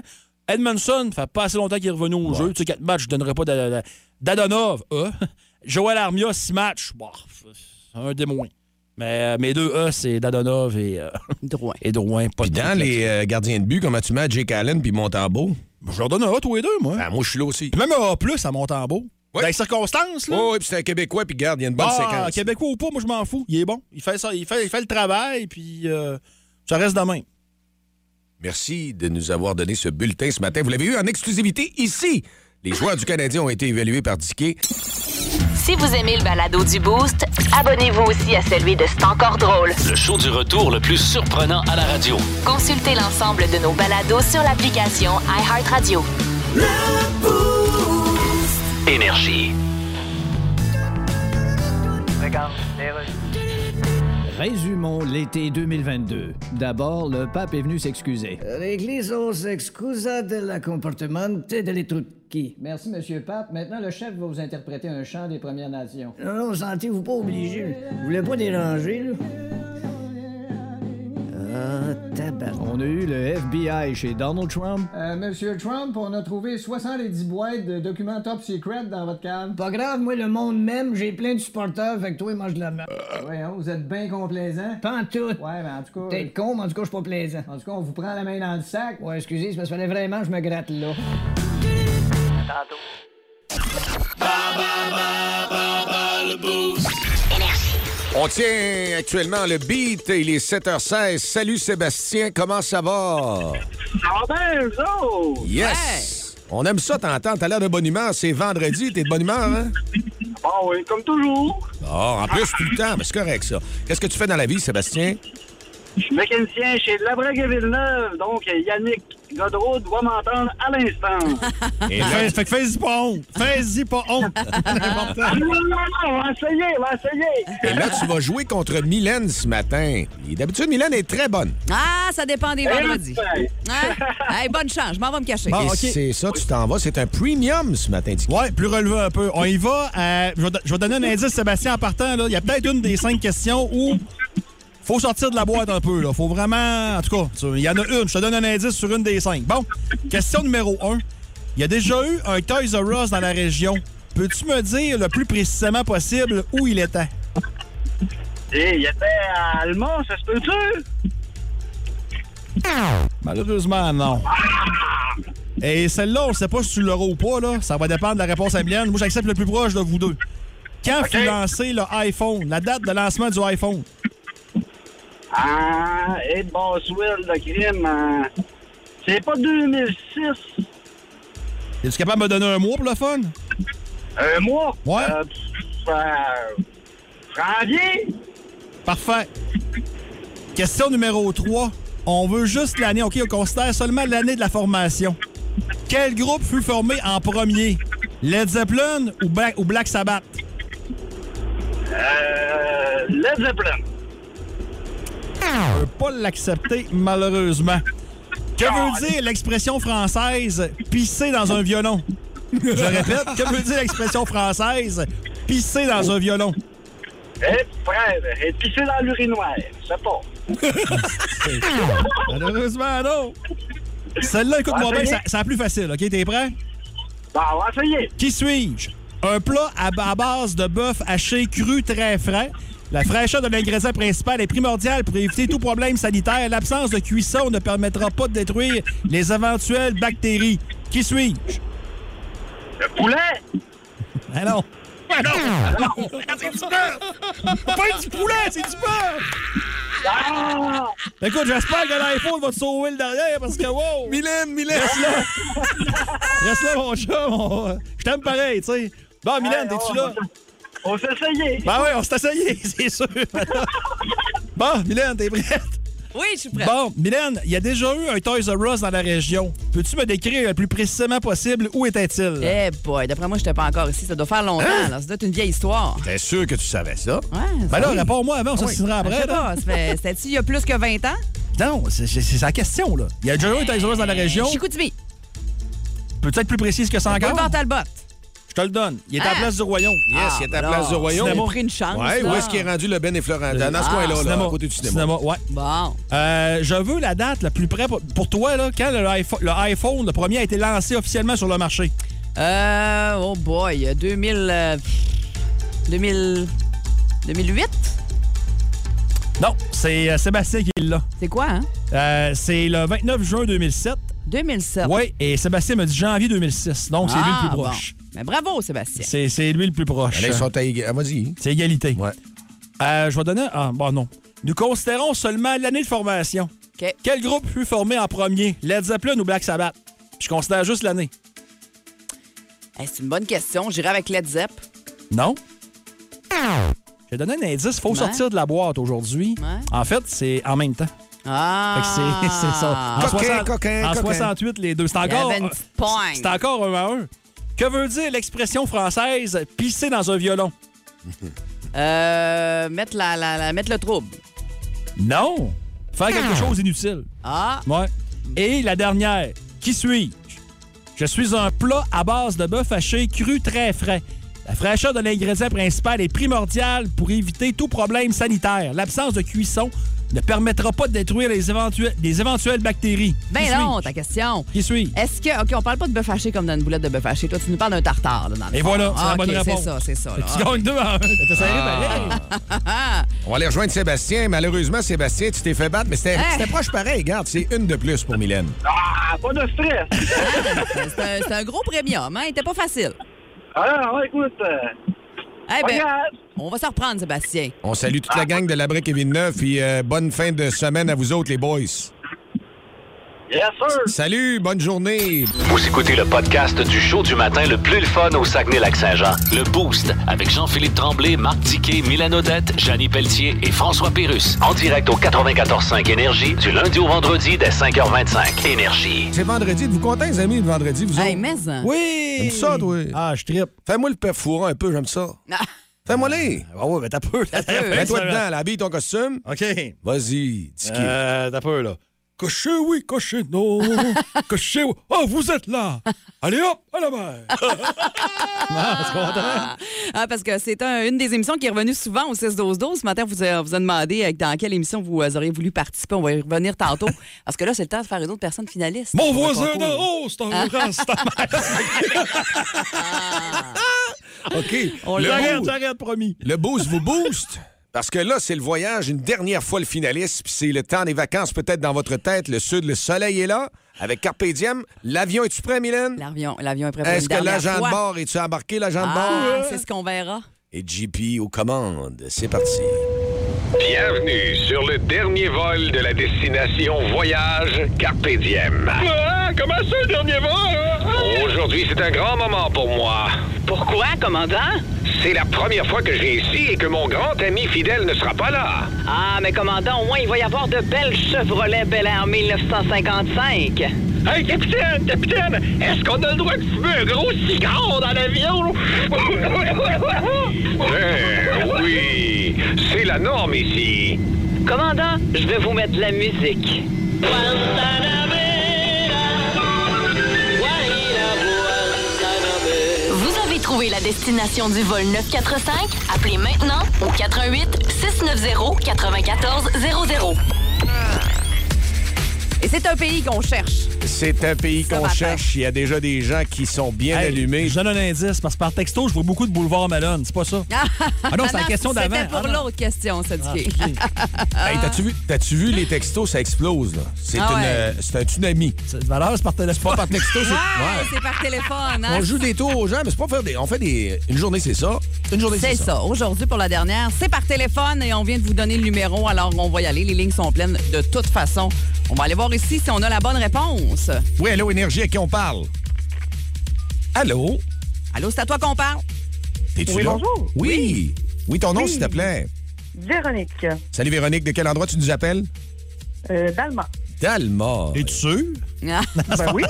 B: Edmondson, fait pas assez longtemps qu'il est revenu au jeu. Tu sais, 4 matchs, je ne donnerai pas d'A- d'A- d'Adonov. E. Joël Armia, 6 matchs. Bon, un des moins. Mais euh, mes deux E, c'est Dadonov et, euh,
C: Droit.
B: et Drouin. Pas
A: Puis
B: de
A: dans
B: doute
A: les euh, gardiens de but, comment tu mets à Jake Allen puis Montembeau?
B: là-dessus. Je leur donne un A tous les deux, moi.
A: Ben, moi, je suis là aussi.
B: Puis même un A plus à Montembeau.
A: Oui.
B: Dans les circonstances, là.
A: Oui, oui, puis c'est un Québécois, puis garde, il y a une bonne
B: ah,
A: séquence.
B: Québécois ou pas, moi je m'en fous. Il est bon. Il fait ça, il fait, il fait le travail, puis euh, ça reste demain.
A: Merci de nous avoir donné ce bulletin ce matin. Vous l'avez eu en exclusivité ici. Les joueurs du Canadien ont été évalués par Diquet.
D: Si vous aimez le balado du Boost, abonnez-vous aussi à celui de C'est encore drôle.
E: Le show du retour le plus surprenant à la radio.
D: Consultez l'ensemble de nos balados sur l'application iHeartRadio.
E: Énergie.
H: Résumons l'été 2022. D'abord, le pape est venu s'excuser.
I: Euh, L'église s'excusa de la comportement de l'étrutki.
H: Merci, Monsieur Pape. Maintenant, le chef va vous interpréter un chant des Premières Nations.
I: Non, non, sentez-vous pas obligé. Vous voulez pas déranger, là? Ah, tabac.
H: On a eu le FBI chez Donald Trump. Euh, Monsieur Trump, on a trouvé 70 boîtes de documents top secret dans votre cave.
I: Pas grave, moi, le monde même, j'ai plein de supporters, fait que toi, mange de la merde.
H: Euh, Voyons, vous êtes bien complaisant.
I: Pas en tout.
H: Ouais, mais en tout cas...
I: T'es con, mais en tout cas, je suis pas plaisant.
H: En tout cas, on vous prend la main dans le sac.
I: Ouais, excusez, c'est parce qu'il fallait vraiment que je me gratte là.
A: On tient actuellement le beat. Il est 7h16. Salut Sébastien, comment ça va?
G: Ah ben, eux autres!
A: Yes! On aime ça, t'entends. T'as l'air de bonne humeur. C'est vendredi, t'es de bonne humeur, hein?
G: Ah oui, comme toujours.
A: Ah, en plus, tout le temps. Mais c'est correct, ça. Qu'est-ce que tu fais dans la vie, Sébastien?
G: Je suis mécanicien chez Labrague Villeneuve, donc Yannick Godreau doit m'entendre à l'instant.
A: Et là,
B: Fais- fait que fais-y pas honte. Fais-y pas honte.
G: Ah, non, non, non, on va essayer, on va essayer.
A: et là, tu vas jouer contre Mylène ce matin. Et D'habitude, Mylène est très bonne.
C: Ah, ça dépend des vendredis.
G: Ouais.
C: Hein? Hey, bonne chance, je m'en vais me cacher.
B: Bon. Ah,
A: et
B: ok.
A: c'est ça, tu t'en vas. C'est un premium ce matin, dis
B: ouais, plus relevé un peu. On y va. à- je, vais, do- je vais donner un indice, Sébastien, en partant. Là. Il y a peut-être une des cinq questions où faut sortir de la boîte un peu. Là. Faut vraiment... En tout cas, tu- il y en a une. Je te donne un indice sur une des cinq. Bon, question numéro un. Il y a déjà eu un Toys R Us dans la région. Peux-tu me dire le plus précisément possible où il était?
G: Et Eh, il était à Allemand, ça se peut-tu?
B: Malheureusement, non. Et celle-là, on ne sait pas si tu l'auras ou pas, là. Ça va dépendre de la réponse à Mylène. Moi, j'accepte le plus proche de vous deux. Quand fut lancé le iPhone, la date de lancement du iPhone?
G: Ah, et Boswell, le crime. hein. C'est pas 2006,
B: Es-tu capable de me donner un mois pour le fun?
G: un mois.
B: Ouais.
G: Euh, pff, euh, janvier?
B: Parfait. Question numéro 3. On veut juste l'année, OK, on considère seulement l'année de la formation. Quel groupe fut formé en premier? Led Zeppelin ou Black, ou Black Sabbath?
G: Euh, Led Zeppelin.
B: Je peux pas l'accepter, malheureusement. Que veut dire l'expression française « pisser dans un violon » Je répète, que veut dire l'expression française « pisser dans un violon
G: Et frère, et pissé dans l'urinoir. C'est pas. »
B: Malheureusement, non. Celle-là, écoute-moi bien, ça- c'est la plus facile, OK? T'es prêt?
G: Bon, on va essayer.
B: Qui suis-je? Un plat à, à base de bœuf haché cru très frais. La fraîcheur de l'ingrédient principal est primordiale pour éviter tout problème sanitaire. L'absence de cuisson ne permettra pas de détruire les éventuelles bactéries. Qui suis-je?
G: Le poulet.
B: Ah non.
G: Ah!
B: Ben Écoute, j'espère que l'iPhone va te sauver le derrière parce que, wow!
A: Mylène, Mylène!
B: Reste là, mon chat. mon- Je t'aime pareil, tu sais. Bon, Mylène, t'es-tu là?
G: On va s'essayer.
B: Ben oui, on s'est essayé, c'est sûr. bon, Mylène, t'es prête?
C: Oui, je suis prête.
B: Bon, Mylène, il y a déjà eu un Toys R Us dans la région. Peux-tu me décrire le plus précisément possible où était-il?
C: Eh boy, d'après moi, je n'étais pas encore ici. Ça doit faire longtemps. là. Ça doit être une vieille histoire.
A: T'es sûr que tu savais ça?
C: Ouais,
B: Hein? Ben
C: ça-
B: là, réponds-moi avant, on
C: Ah oui.
B: s'assinera
C: Je sais
B: après. là.
C: pas, ça fait- c'était-tu il y a plus que 20 ans?
B: Non, c'est c'est- c'est sa question, là. Il y a déjà eu un Toys R Us dans la région.
C: Chicoutimi.
B: Peut-être plus précise que ça encore?
C: Boulevard Talbot.
B: Je te le donne. Il est à la
C: Ah.
B: place du Royaume. Ah,
A: Yes, il est à la place du royaume.
C: On a pris une chance.
A: Ouais,
C: là.
A: où est-ce qu'il est rendu le Ben et
B: Euh,
A: Florent? Dans ce
C: Ah,
A: coin-là, là,
B: Cinéma.
A: à côté du cinéma.
B: Cinéma, ouais.
C: Bon.
B: Euh, je veux la date la plus près pour- pour toi, là, quand le iPhone, le iPhone, le premier, a été lancé officiellement sur le marché.
C: Euh, oh boy, 2000. euh, 2000 2008?
B: Non, c'est euh, Sébastien qui l'a.
C: C'est quoi, hein?
B: Euh, c'est le 29 juin 2007.
C: 2007.
B: Oui, et Sébastien m'a dit janvier 2006. Donc, c'est lui le
C: Ah,
B: plus proche.
C: bon. Ben, bravo, Sébastien.
B: C'est, c'est lui le plus proche.
A: Là, ils sont à ég- ah, Vas-y.
B: C'est égalité.
A: Ouais.
B: Euh, je vais donner. Ah, bon, non. Nous considérons seulement l'année de formation.
C: OK.
B: Quel groupe fut formé en premier, Led Zeppelin ou Black Sabbath? Je considère juste l'année.
C: Eh, c'est une bonne question. J'irai avec Led Zepp.
B: Non? J'ai donné un indice. faut
C: Ouais.
B: sortir de la boîte aujourd'hui.
C: Ouais.
B: En fait, c'est en même temps. Fait
C: Ah!
B: que c'est, c'est ça. En,
A: Coquin,
B: 60
A: coquin,
B: en
A: coquin.
B: 68, les deux. C'est
C: Il y
B: encore,
C: avait une petite pointe.
B: c'est encore un à un. Que veut dire l'expression française pisser dans un violon?
C: Euh, mettre, la, la- la- mettre le trouble.
B: Non! Faire quelque chose inutile.
C: Ah!
B: Ouais. Et la dernière, qui suis-je? Je suis un plat à base de bœuf haché cru très frais. La fraîcheur de l'ingrédient principal est primordiale pour éviter tout problème sanitaire. L'absence de cuisson ne permettra pas de détruire les, éventuels- les éventuelles bactéries.
C: Ben
B: Qui
C: non,
B: suis-je?
C: ta question.
B: Qui suis-je?
C: Est-ce que. OK, on parle pas de bœuf haché comme dans une boulette de bœuf haché. Toi, tu nous parles d'un tartare, là, dans le
B: Et
C: fond.
B: voilà, c'est
C: Ah,
B: la bonne
C: OK,
B: réponse.
C: C'est ça, c'est ça. là.
B: Tu gagnes deux à un. T'as serré, pareil.
A: Ah. On va aller rejoindre Sébastien. Malheureusement, Sébastien, tu t'es fait battre, mais c'était
C: Hey.
A: c'était proche pareil. Regarde, c'est une de plus pour Mylène.
G: Ah, pas de stress.
C: Ah, C'est un, c'est un gros premium, hein? Il était pas facile.
G: Alors, Ah, écoute, euh,
C: Eh ben,
G: regarde.
C: on va se reprendre, Sébastien.
A: On salue toute la gang de la brique et Villeneuve, puis euh, bonne fin de semaine à vous autres, les boys.
G: Yes, sir.
A: Salut, bonne journée.
E: Vous écoutez le podcast du show du matin le plus le fun au Saguenay-Lac-Saint-Jean. Le Boost avec Jean-Philippe Tremblay, Marc Diquet, Milan Odette, Janine Pelletier et François Pérus. En direct au 94.5 Énergie du lundi au vendredi dès 5h25. Énergie.
A: C'est vendredi. Êtes-vous contents, les amis, de vendredi, vous
C: Hey,
A: autres?
C: mais. hein?
B: Oui!
A: T'aimes ça, toi?
B: Ah, je trippe.
A: Fais-moi le père fourrin un peu, j'aime ça.
C: Ah, hein.
A: Fais-moi les.
B: Ah ouais, mais t'as peur. T'as
C: peur.
A: Mets-toi dedans, là, habille ton costume.
B: OK.
A: Vas-y, dis
B: Euh, t'as peur, là.
F: Cochez oui, cochez non. Cochez oui. Oh, vous êtes là. Allez ben, hop, à la mer.
C: Ah, parce que c'est un- une des émissions qui est revenue souvent au 6-12-12. Ce matin, on vous a, vous a demandé euh, dans quelle émission vous euh, auriez voulu participer. On va y revenir tantôt. parce que là, c'est le temps de faire une autre personne finaliste.
F: Mon
C: Pour le
F: voisin
C: concours.
F: d'en haut, c'est un grand
A: OK.
C: On
A: le,
C: l'a-
B: J'arrête,
A: boost-
B: j'arrête, promis.
A: le boost vous booste. Parce que là, c'est le voyage, une dernière fois le finaliste, puis c'est le temps des vacances peut-être dans votre tête. Le sud, le soleil est là, avec Carpe Diem. L'avion, es-tu prêt, Mylène?
C: L'avion, l'avion est prêt pour
A: Est-ce
C: une
A: que
C: dernière
A: l'agent de
C: fois.
A: bord, es-tu embarqué, l'agent de
C: Ah,
B: hein?
A: bord?
C: c'est ce qu'on verra.
A: Et JP aux commandes, c'est parti.
J: Bienvenue sur le dernier vol de la destination Voyage Carpe Diem. comment ça, le dernier vol? Aujourd'hui, c'est un grand moment pour moi.
K: Pourquoi, commandant?
J: C'est la première fois que je viens ici et que mon grand ami fidèle ne sera pas là.
K: Ah, mais commandant, au moins, il va y avoir de belles Chevrolet Bel Air 1955.
J: Hey, capitaine, capitaine, est-ce qu'on a le droit de fumer un gros cigare dans l'avion? Ben oui, c'est la norme ici.
K: Commandant, je vais vous mettre de la musique.
D: Vous avez trouvé la destination du vol 945? Appelez maintenant au 88 690 9400.
C: Et c'est un pays qu'on cherche.
A: C'est un pays
C: Ça
A: qu'on
C: va
A: cherche. Il y a déjà des gens qui sont bien
B: Hey,
A: allumés.
B: Je donne un indice, parce que par texto, je vois beaucoup de boulevard Malone. C'est pas ça. Ah non, c'est la question d'avant.
C: C'était pour
B: Ah non.
C: l'autre question, ça dit.
A: Hey, t'as-tu vu, t'as-tu vu les textos, ça explose. là. C'est
C: Ah
A: une,
C: ouais.
A: euh, c'est un tsunami.
B: C'est par téléphone.
A: par texto. c'est-
C: Ouais,
A: Ouais.
C: Ah, c'est par téléphone. hein?
A: On joue des tours aux gens, mais c'est pas faire des. On fait des. Une journée, c'est ça. Une journée, c'est
C: C'est
A: ça.
C: ça. Aujourd'hui, pour la dernière, c'est par téléphone et on vient de vous donner le numéro, alors on va y aller. Les lignes sont pleines de toute façon. On va aller voir ici si on a la bonne réponse.
A: Oui, Allô Énergie, à qui on parle? Allô?
C: Allô, c'est à toi qu'on parle.
A: T'es-tu
L: Oui,
A: là?
L: bonjour.
A: Oui. Oui, ton nom,
L: Oui.
A: s'il te plaît.
L: Véronique,
A: Salut Véronique, de quel endroit tu nous appelles?
L: euh, d'Alma.
A: Dalma. Es-tu sûr?
C: Ah.
L: Ben oui.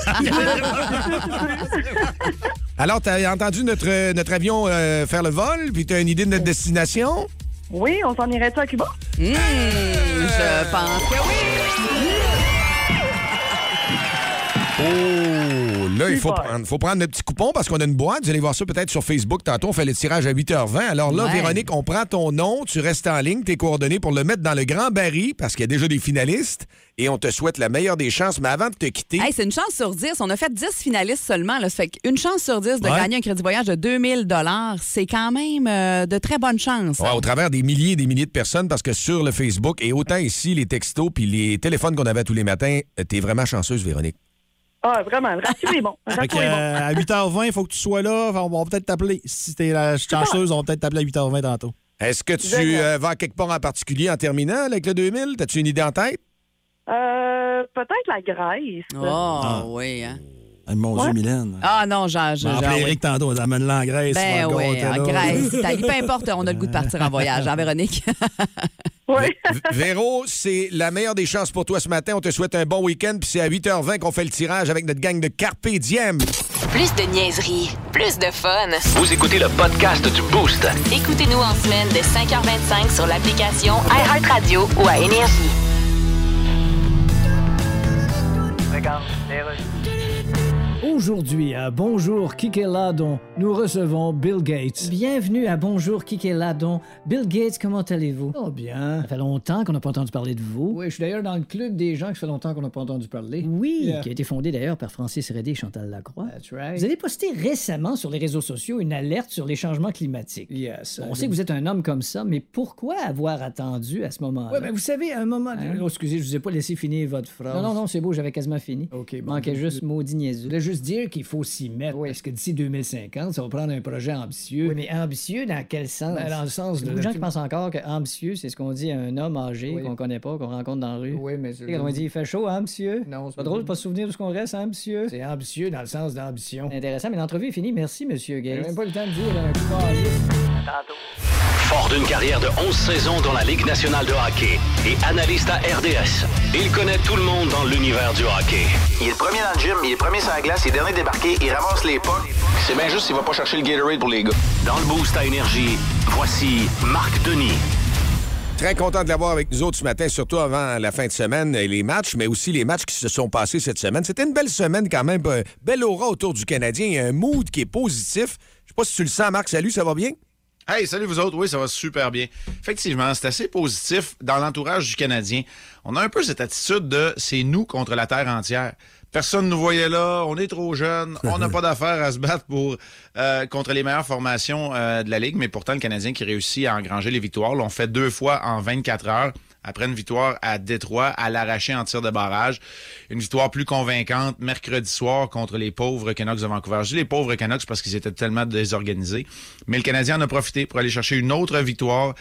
A: Alors, t'as entendu notre, notre avion euh, faire le vol, puis t'as une idée de notre destination?
L: oui, on s'en irait-tu à Cuba?
C: Hmm, je pense que oui.
A: Oh, là, il faut
L: Super.
A: prendre, faut prendre le petit coupon parce qu'on a une boîte. Vous allez voir ça peut-être sur Facebook tantôt. On fait le tirage à 8h20. Alors là,
C: Ouais.
A: Véronique, on prend ton nom, tu restes en ligne, tes coordonnées pour le mettre dans le grand baril parce qu'il y a déjà des finalistes et on te souhaite la meilleure des chances. Mais avant de te quitter,
C: Hey, c'est une chance sur 10. On a fait 10 finalistes seulement. Là. Ça fait une chance sur 10 de
A: Ouais.
C: gagner un crédit voyage de 2000 c'est quand même euh, de très bonnes chances.
A: Ouais, au travers des milliers et des milliers de personnes, parce que sur le Facebook et autant ici, les textos puis les téléphones qu'on avait tous les matins, euh, t'es vraiment chanceuse, Véronique.
L: Ah, vraiment, le ratio est bon. Le
B: Fait que,
L: ratio est bon.
B: euh, à 8h20, il faut que tu sois là. On va peut-être t'appeler. Si t'es la chanceuse, on va peut-être t'appeler à 8h20 tantôt.
A: Est-ce que tu
L: Génial.
A: euh, vas quelque part en particulier en terminant avec le 2000? T'as-tu une idée en tête?
L: Euh, peut-être la Grèce.
C: Oh, oui. hein.
B: Ah, Mon Dieu,
C: Ouais.
B: Mylène.
C: Ah non, j'en... j'en-
B: J'ai
C: j'en-
B: appelé
C: oui.
B: Eric tantôt. Elle amène la en Grèce.
C: Ben
B: on va
C: oui,
B: gâter,
C: en
B: là.
C: Grèce, Italie, peu importe, on a le goût de partir en voyage, hein, Véronique?
A: V- Véro, c'est la meilleure des chances pour toi ce matin. On te souhaite un bon week-end, puis c'est à 8h20 qu'on fait le tirage avec notre gang de Carpe Diem.
D: Plus de niaiserie, plus de fun.
E: Vous écoutez le podcast du Boost.
D: Écoutez-nous en semaine de 5h25 sur l'application iHeartRadio ou à Énergie.
I: Aujourd'hui à Bonjour Kikeladon, nous recevons Bill Gates. Bienvenue à Bonjour Kikeladon. Bill Gates, comment allez-vous? Oh bien. Ça fait longtemps qu'on n'a pas entendu parler de vous. Oui, je suis d'ailleurs dans le club des gens que ça fait longtemps qu'on n'a pas entendu parler. Oui,
M: Yeah.
I: qui a été fondé d'ailleurs par Francis Redé et Chantal Lacroix. Vous avez posté récemment sur les réseaux sociaux une alerte sur les changements climatiques. Bon, on
M: I
I: sait
M: did.
I: que vous êtes un homme comme ça, mais pourquoi avoir attendu à ce moment-là?
M: Ouais, ben, vous
I: savez, à un moment... Oh, excusez, je vous ai pas laissé finir votre phrase. Ah Non, non, non, c'est beau, j'avais quasiment fini. OK, Manquait juste maudit niaiseux. Je voulais juste dire qu'il faut s'y mettre, parce que d'ici 2050, ça va prendre un projet ambitieux. Oui, mais ambitieux dans quel sens? dans le sens
M: Il y a
I: de...
M: beaucoup de gens qui
I: pensent encore que ambitieux, c'est ce qu'on dit à un homme âgé
M: qu'on
I: connaît pas, qu'on rencontre dans la rue. Oui, mais...
M: Et
I: on
M: on
I: dit,
M: dit,
I: il fait chaud, hein, monsieur? Non, c'est
M: pas
I: pas drôle
M: drôle.
I: de pas se souvenir de ce qu'on reste, hein, monsieur? C'est ambitieux dans le sens d'ambition. Intéressant, mais l'entrevue est finie. Merci, monsieur Gates. même pas le temps de dire un
E: Fort d'une carrière de 11 saisons dans la Ligue nationale de hockey et analyste à RDS, il connaît tout le monde dans l'univers du hockey.
N: Il est premier dans le gym, il est premier sur la glace, il est dernier débarqué, il ramasse les pas. C'est bien juste s'il va pas chercher le Gatorade pour les gars.
E: Dans le Boost à Énergie, voici Marc Denis.
A: Très content de l'avoir avec nous autres ce matin, surtout avant la fin de semaine et les matchs, mais aussi les matchs qui se sont passés cette semaine. C'était une belle semaine quand même, euh, belle aura autour du Canadien, Il y a un mood qui est positif. Je sais pas si tu le sens, Marc. Salut, ça va bien?
O: Hey, salut vous autres. Oui, ça va super bien. Effectivement, c'est assez positif dans l'entourage du Canadien. On a un peu cette attitude de c'est nous contre la terre entière. Personne ne nous voyait là, on est trop jeune, on n'a pas d'affaires à se battre pour euh, contre les meilleures formations euh, de la Ligue, mais pourtant le Canadien qui réussit à engranger les victoires, l'ont fait deux fois en 24 heures, après une victoire à Détroit, à l'arraché en tir de barrage, une victoire plus convaincante mercredi soir contre les pauvres Canucks de Vancouver. Je dis les pauvres Canucks parce qu'ils étaient tellement désorganisés, mais le Canadien en a profité pour aller chercher une autre victoire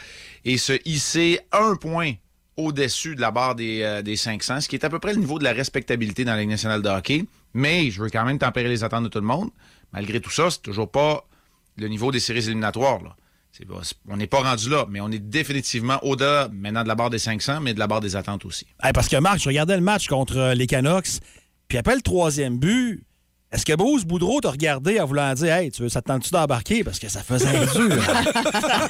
O: et se hisser un point au-dessus de la barre des, euh, des 500, ce qui est à peu près le niveau de la respectabilité dans la Ligue nationale de hockey. Mais je veux quand même tempérer les attentes de tout le monde. Malgré tout ça, c'est toujours pas le niveau des séries éliminatoires. là. C'est pas- c'est- on n'est pas rendu là, mais on est définitivement au-delà maintenant de la barre des 500, mais de la barre des attentes aussi.
B: Hey, parce que Marc, je regardais le match contre euh, les Canucks. Puis après le troisième but, est-ce que Bruce Boudreau t'a regardé en voulant dire Hey, tu veux, ça te tente-tu d'embarquer? Parce que ça faisait dur.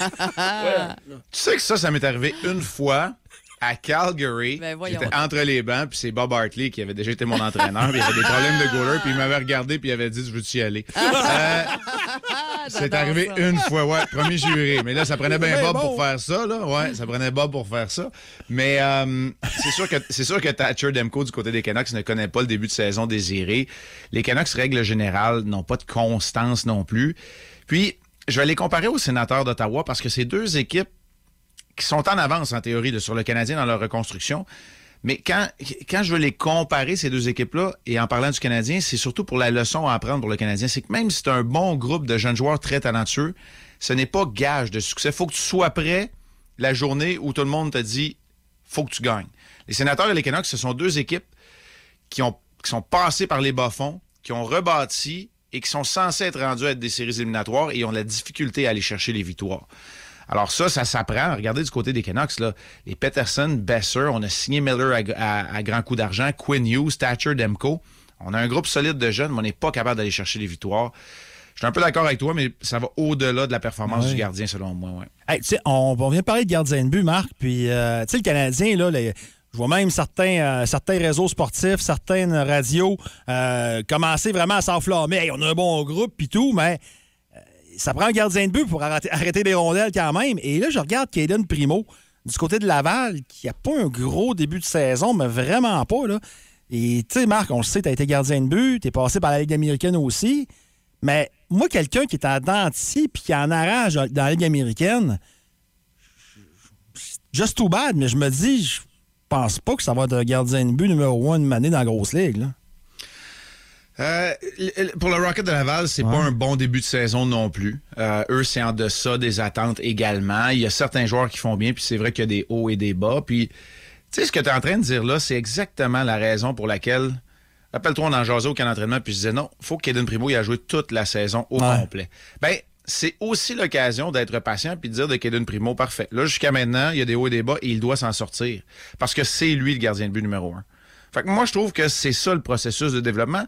O: Tu sais que ça, ça m'est arrivé une fois à Calgary.
C: voyons
O: J'étais
C: donc.
O: entre les bancs, puis c'est Bob Hartley qui avait déjà été mon entraîneur. puis il avait des problèmes de goaler, puis il m'avait regardé, puis il avait dit Je veux-tu y aller Euh, C'est arrivé une fois, ouais, premier juré. Mais là, ça prenait bien
F: Mais
O: Bob
F: bon.
O: pour faire ça, là. Ouais, ça prenait Bob pour faire ça. Mais euh, c'est sûr que c'est sûr que Thatcher Demko du côté des Canucks ne connaît pas le début de saison désiré. Les Canucks, règle générale, n'ont pas de constance non plus. Puis, je vais les comparer aux sénateurs d'Ottawa parce que ces deux équipes qui sont en avance en théorie de- sur le Canadien dans leur reconstruction. Mais quand, quand je veux les comparer, ces deux équipes-là, et en parlant du Canadien, c'est surtout pour la leçon à apprendre pour le Canadien. C'est que même si c'est un bon groupe de jeunes joueurs très talentueux, ce n'est pas gage de succès. faut que tu sois prêt la journée où tout le monde te dit faut que tu gagnes. Les sénateurs et les Canucks, ce sont deux équipes qui, ont, qui sont passés par les bas-fonds, qui ont rebâti et qui sont censés être rendus à des séries éliminatoires et ont la difficulté à aller chercher les victoires. Alors ça, ça s'apprend. Regardez du côté des Canucks, là. les Peterson, Besser, on a signé Miller à, à- à grand coup d'argent, Quinn Hughes, Thatcher, Demko. On a un groupe solide de jeunes, mais on n'est pas capable d'aller chercher les victoires. Je suis un peu d'accord avec toi, mais ça va au-delà de la performance
B: Ouais.
O: du gardien, selon moi. ouais.
B: Hey, tu sais, on, on vient de parler de gardien de but, Marc. Puis, euh, tu sais, le Canadien, là, les- je vois même certains, euh, certains réseaux sportifs, certaines radios euh, commencer vraiment à s'enflammer. Hey, on a un bon groupe, puis tout, mais euh, ça prend un gardien de but pour arrêter, arrêter les rondelles quand même. Et là, je regarde Caden Primo du côté de Laval, qui a pas un gros début de saison, mais vraiment pas, là. Et, tu sais, Marc, on le sait, tu as été gardien de but, tu es passé par la Ligue américaine aussi. Mais moi, quelqu'un qui est en denti puis qui en arrache dans la Ligue américaine, just too bad, mais je me dis, je pense pas que ça va être un gardien de but numéro un de année dans la grosse ligue. là.
O: Euh, l- l- pour le Rocket de Laval, c'est pas un bon début de saison non plus. Euh, eux, c'est en deçà des attentes également. Il y a certains joueurs qui font bien, puis c'est vrai qu'il y a des hauts et des bas. Puis, tu sais, ce que tu es en train de dire là, c'est exactement la raison pour laquelle. Rappelle-toi, on en jasait au camp d'entraînement, puis je disais non, faut qu'Eden Primo y a joué toute la saison au complet. Ben, c'est aussi l'occasion d'être patient puis de dire de Kaden Primo, parfait. Là, jusqu'à maintenant, il y a des hauts et des bas et il doit s'en sortir. Parce que c'est lui le gardien de but numéro un. Fait que moi, je trouve que c'est ça le processus de développement.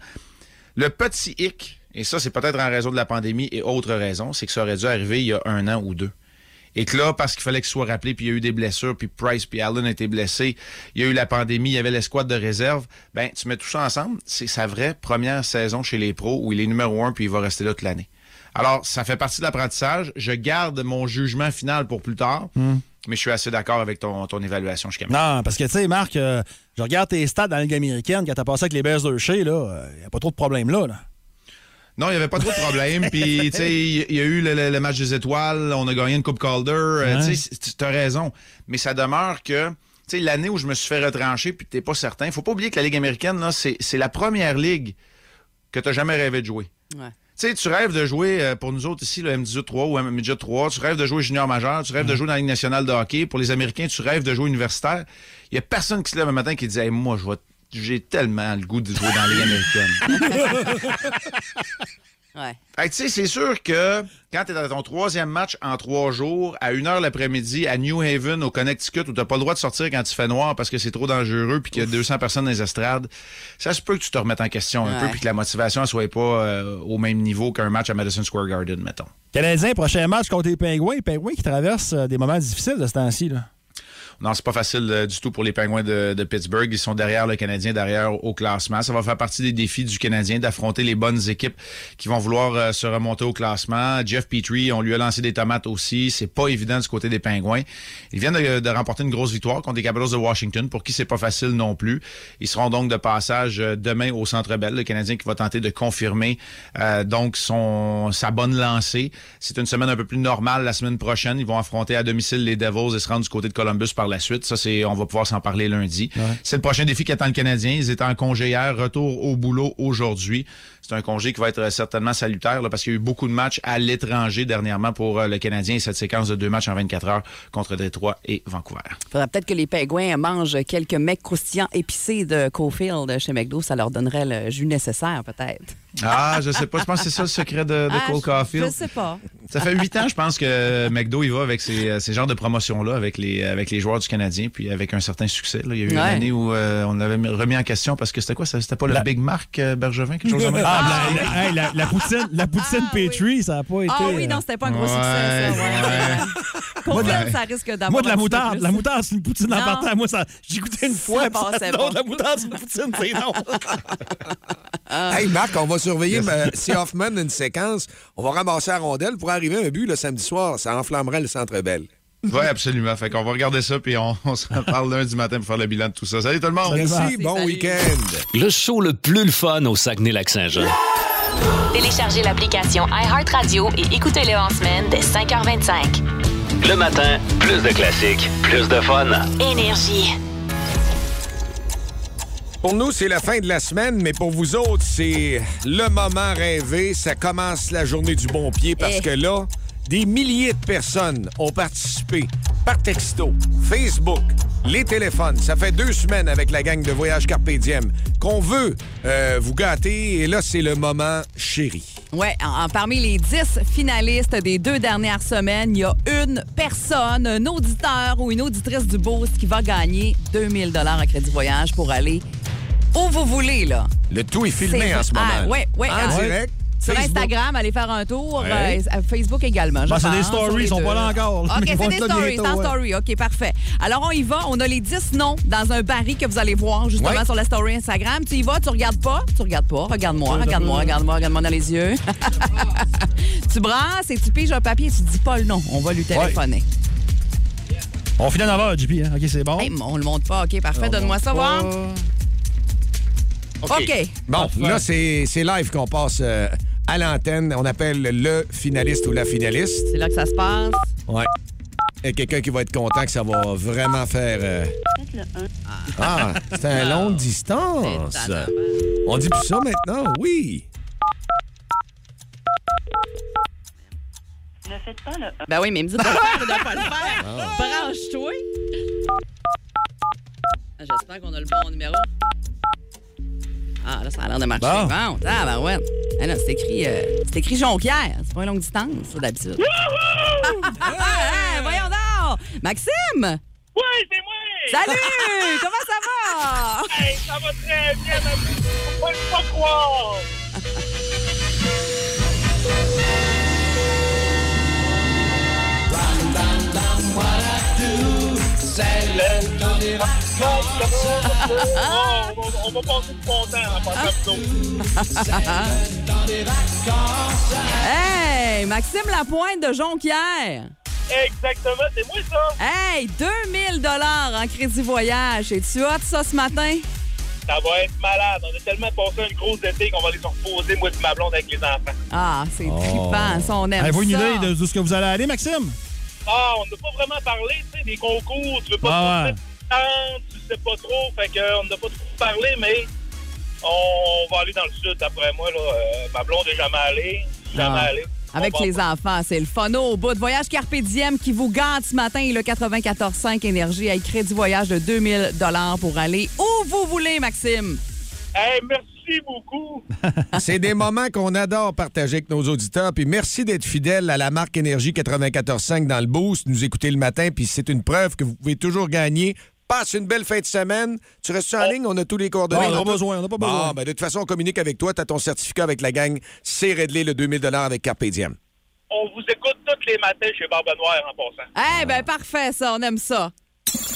O: Le petit hic, et ça, c'est peut-être en raison de la pandémie et autres raisons, c'est que ça aurait dû arriver il y a un an ou deux. Et que là, parce qu'il fallait qu'il soit rappelé, puis il y a eu des blessures, puis Price, puis Allen a été blessé, il y a eu la pandémie, il y avait l'escouade de réserve, ben tu mets tout ça ensemble, c'est sa vraie première saison chez les pros où il est numéro un, puis il va rester là toute l'année. Alors, ça fait partie de l'apprentissage. Je garde mon jugement final pour plus tard,
B: Hmm.
O: mais je suis assez d'accord avec ton, ton évaluation jusqu'à maintenant.
B: Non, parce que, tu sais, Marc, euh, je regarde tes stats dans la Ligue américaine quand t'as passé avec les Bears de chez, là, il n'y a pas trop de problèmes là. là.
O: Non, il n'y avait pas trop de problèmes. Puis, tu sais, il y a eu le, le- le match des étoiles, on a gagné une Coupe Calder. euh,
B: Ouais.
O: Tu sais, c'est- tu as raison. Mais ça demeure que, tu sais, l'année où je me suis fait retrancher, puis t'es pas certain. faut pas oublier que la Ligue américaine, là, c'est c'est la première ligue que tu jamais rêvé de jouer. Tu sais, tu rêves de jouer, euh, pour nous autres ici, le M18-3 ou M18-3, tu rêves de jouer junior majeur, tu rêves de jouer dans la Ligue nationale de hockey. Pour les Américains, tu rêves de jouer universitaire. Il n'y a personne qui se lève un matin qui dit Hey, moi, je vais- j'ai tellement le goût de jouer dans la Ligue américaine.
C: Ouais.
O: Fait que, tu sais, c'est sûr que quand tu es dans ton troisième match en trois jours, à une heure l'après-midi, à New Haven, au Connecticut, où t'as pas le droit de sortir quand il fait noir parce que c'est trop dangereux puis qu'il y a 200 personnes dans les estrades, ça se peut que tu te remettes en question un
B: Ouais.
O: peu puis que la motivation ne soit pas euh, au même niveau qu'un match à Madison Square Garden, mettons.
B: Canadien, prochain match contre les Pingouins. Les Pingouins qui traversent euh, des moments difficiles de ce temps-ci. là.
O: Non, c'est pas facile euh, du tout pour les Pingouins de, de Pittsburgh. Ils sont derrière le Canadien, derrière au classement. Ça va faire partie des défis du Canadien d'affronter les bonnes équipes qui vont vouloir euh, se remonter au classement. Jeff Petrie, on lui a lancé des tomates aussi. C'est pas évident du côté des Pingouins. Ils viennent de, de remporter une grosse victoire contre les Capitals de Washington, pour qui c'est pas facile non plus. Ils seront donc de passage euh, demain au Centre Bell, le Canadien qui va tenter de confirmer euh, donc son sa bonne lancée. C'est une semaine un peu plus normale la semaine prochaine. Ils vont affronter à domicile les Devils et se rendre du côté de Columbus par la suite. Ça, c'est on va pouvoir s'en parler lundi. C'est le prochain défi qui attend le Canadien. Ils étaient en congé hier, retour au boulot aujourd'hui. C'est un congé qui va être euh, certainement salutaire là, parce qu'il y a eu beaucoup de matchs à l'étranger dernièrement pour euh, le Canadien et cette séquence de deux matchs en 24 heures contre Détroit et Vancouver.
C: Faudrait peut-être que les pingouins mangent quelques mecs croustillants épicés de Cofield chez McDo. Ça leur donnerait le jus nécessaire, peut-être.
O: Ah, je sais pas. Je pense que c'est ça le secret de, de
C: Ah,
O: Cole
C: je-
O: Caulfield.
C: Je sais pas.
O: Ça fait huit ans, je pense, que McDo, il va avec ces, euh, ces genres de promotions-là, avec les, avec les joueurs du Canadien, puis avec un certain succès. là. Il y a eu une
B: Ouais.
O: année où euh, on l'avait remis en question parce que c'était quoi? ça? C'était pas le
B: La-
O: Big Marc euh, Bergevin, quelque chose de même?
B: Ah, ben, la, hey, la- la poutine, la poutine Petrie, ça n'a pas été. euh,
C: Ah oui, non, c'était pas un gros succès, ça, ouais.
B: Moi, de la-
C: Confirme, ça risque d'avoir.
B: Moi, de
C: un petit
B: la
C: peu
B: moutarde.
C: plus.
B: La moutarde, c'est une poutine en
C: Non.
B: partant. Moi, ça, j'écoutais une fois. puis ça-
C: passait
B: non,
C: pas.
B: de la moutarde, c'est une poutine, c'est non.
A: Hey Marc, on va surveiller ben, si Hoffman a une séquence. On va ramasser la rondelle pour arriver à un but le samedi soir. Ça enflammerait le centre belle.
O: Oui, absolument. Fait qu'on va regarder ça, puis on, on se reparle lundi matin pour faire le bilan de tout ça. Salut tout le monde!
A: Merci, bon week-end.
E: Le show le plus le fun au Saguenay-Lac-Saint-Jean.
D: Téléchargez l'application iHeartRadio et écoutez-le en semaine dès 5h25.
E: Le matin, plus de classiques, plus de fun.
D: Énergie.
A: Pour nous, c'est la fin de la semaine, mais pour vous autres, c'est le moment rêvé. Ça commence la journée du bon pied parce
M: Eh.
A: que là, des milliers de personnes ont participé par texto, Facebook, les téléphones. Ça fait deux semaines avec la gang de Voyage Carpe Diem qu'on veut euh, vous gâter. Et là, c'est le moment chéri.
C: Ouais, en- en- parmi les 10 finalistes des deux dernières semaines, il y a une personne, un auditeur ou une auditrice du Boost qui va gagner 2000 dollars en crédit voyage pour aller où vous voulez là.
A: Le tout est filmé
C: C'est-
A: en ce moment.
C: Ah, ouais, ouais,
A: en
C: ah,
A: direct.
C: Sur
A: Facebook.
C: Instagram, allez faire un tour.
A: Ouais.
C: euh, à Facebook également. je
B: Bon, Ben, c'est
C: pense,
B: des stories,
C: sur les
B: ils sont
C: deux,
B: pas là encore, là,
C: OK,
B: mais ils
C: c'est
B: vont
C: des
B: être là
C: stories, c'est
B: bientôt,
C: en
B: ouais.
C: story. OK, parfait. Alors, on y va. On a les 10 noms dans un baril que vous allez voir justement
K: Ouais.
C: sur la story Instagram. Tu y vas, tu regardes pas, tu regardes pas. Regarde-moi, regarde-moi, regarde-moi, regarde-moi dans les yeux. tu brasses et tu piges un papier et tu dis pas le nom. On va lui téléphoner.
B: On finit à 9 h, JP. Hein? OK, c'est bon.
C: Hey, on le monte pas. OK, parfait. Donne-moi ça, voir. OK.
A: Bon, là, c'est c'est live qu'on passe euh, à l'antenne. On appelle le finaliste ou la finaliste.
C: C'est là que ça se passe.
A: Ouais. Et quelqu'un qui va être content que ça va vraiment faire. euh, Ah, c'est un longue distance. On dit plus ça maintenant, oui.
K: Ne faites pas le
C: Ben oui, mais il me dit de pas le faire, de pas le faire. Branche-toi. Ah, J'espère qu'on a le bon numéro. Ah, là, ça a l'air de marcher.
K: Bon.
C: Bon, ah, ben ouais. Ah, non, c'est écrit, euh, c'est écrit Jonquière. C'est pas une longue distance, ça, d'habitude. Hey, voyons donc! Maxime!
K: Oui, c'est moi!
C: Salut! Comment ça va?
K: Hey, ça va très bien, ma petite. Faut pas le pas croire! C'est le temps des vacances. Oh, on va- On va passer du bon temps à faire ça C'est le temps des vacances.
C: Hey, Maxime Lapointe de Jonquière.
K: Exactement, c'est moi ça.
C: Hey, 2000 en crédit voyage. Et tu hâte ça ce matin?
K: Ça va être malade. On a tellement passé une grosse été qu'on va aller se reposer, moi et ma blonde, avec les enfants.
C: Ah, c'est trippant. Ça, on aime
B: Oh. Avez-vous une
C: ça.
B: idée de, de ce que vous allez aller, Maxime?
K: Ah, on n'a pas vraiment parlé, tu sais, des concours. Tu veux
B: Ah
K: pas
B: ouais.
K: trop tu sais pas trop. Fait qu'on n'a pas trop parlé, mais on va aller dans le sud, d'après moi. Là. Euh, ma blonde n'est jamais allée. Jamais
C: Ah.
K: allée.
C: Avec
K: On va-
C: les enfants, c'est le fun au bout de Voyage Carpe Diem qui vous gâte ce matin. Et le 94.5 Énergie a crédit du voyage de 2000 pour aller où vous voulez, Maxime.
K: Hey, merci beaucoup.
A: C'est des moments qu'on adore partager avec nos auditeurs. Puis merci d'être fidèle à la marque Énergie 94.5 dans le boost, nous écouter le matin. Puis c'est une preuve que vous pouvez toujours gagner. Passe une belle fin de semaine. Tu restes en ligne, on a tous les coordonnées.
B: Ouais, Oh. on a
A: n'a
B: pas besoin, on a pas besoin.
A: de toute façon, on communique avec toi. Tu as ton certificat avec la gang. C'est réglé le 2000 avec Carpe Diem.
K: On vous écoute tous les matins chez Barbe Noire en passant.
C: Eh ben parfait, ça, on aime ça.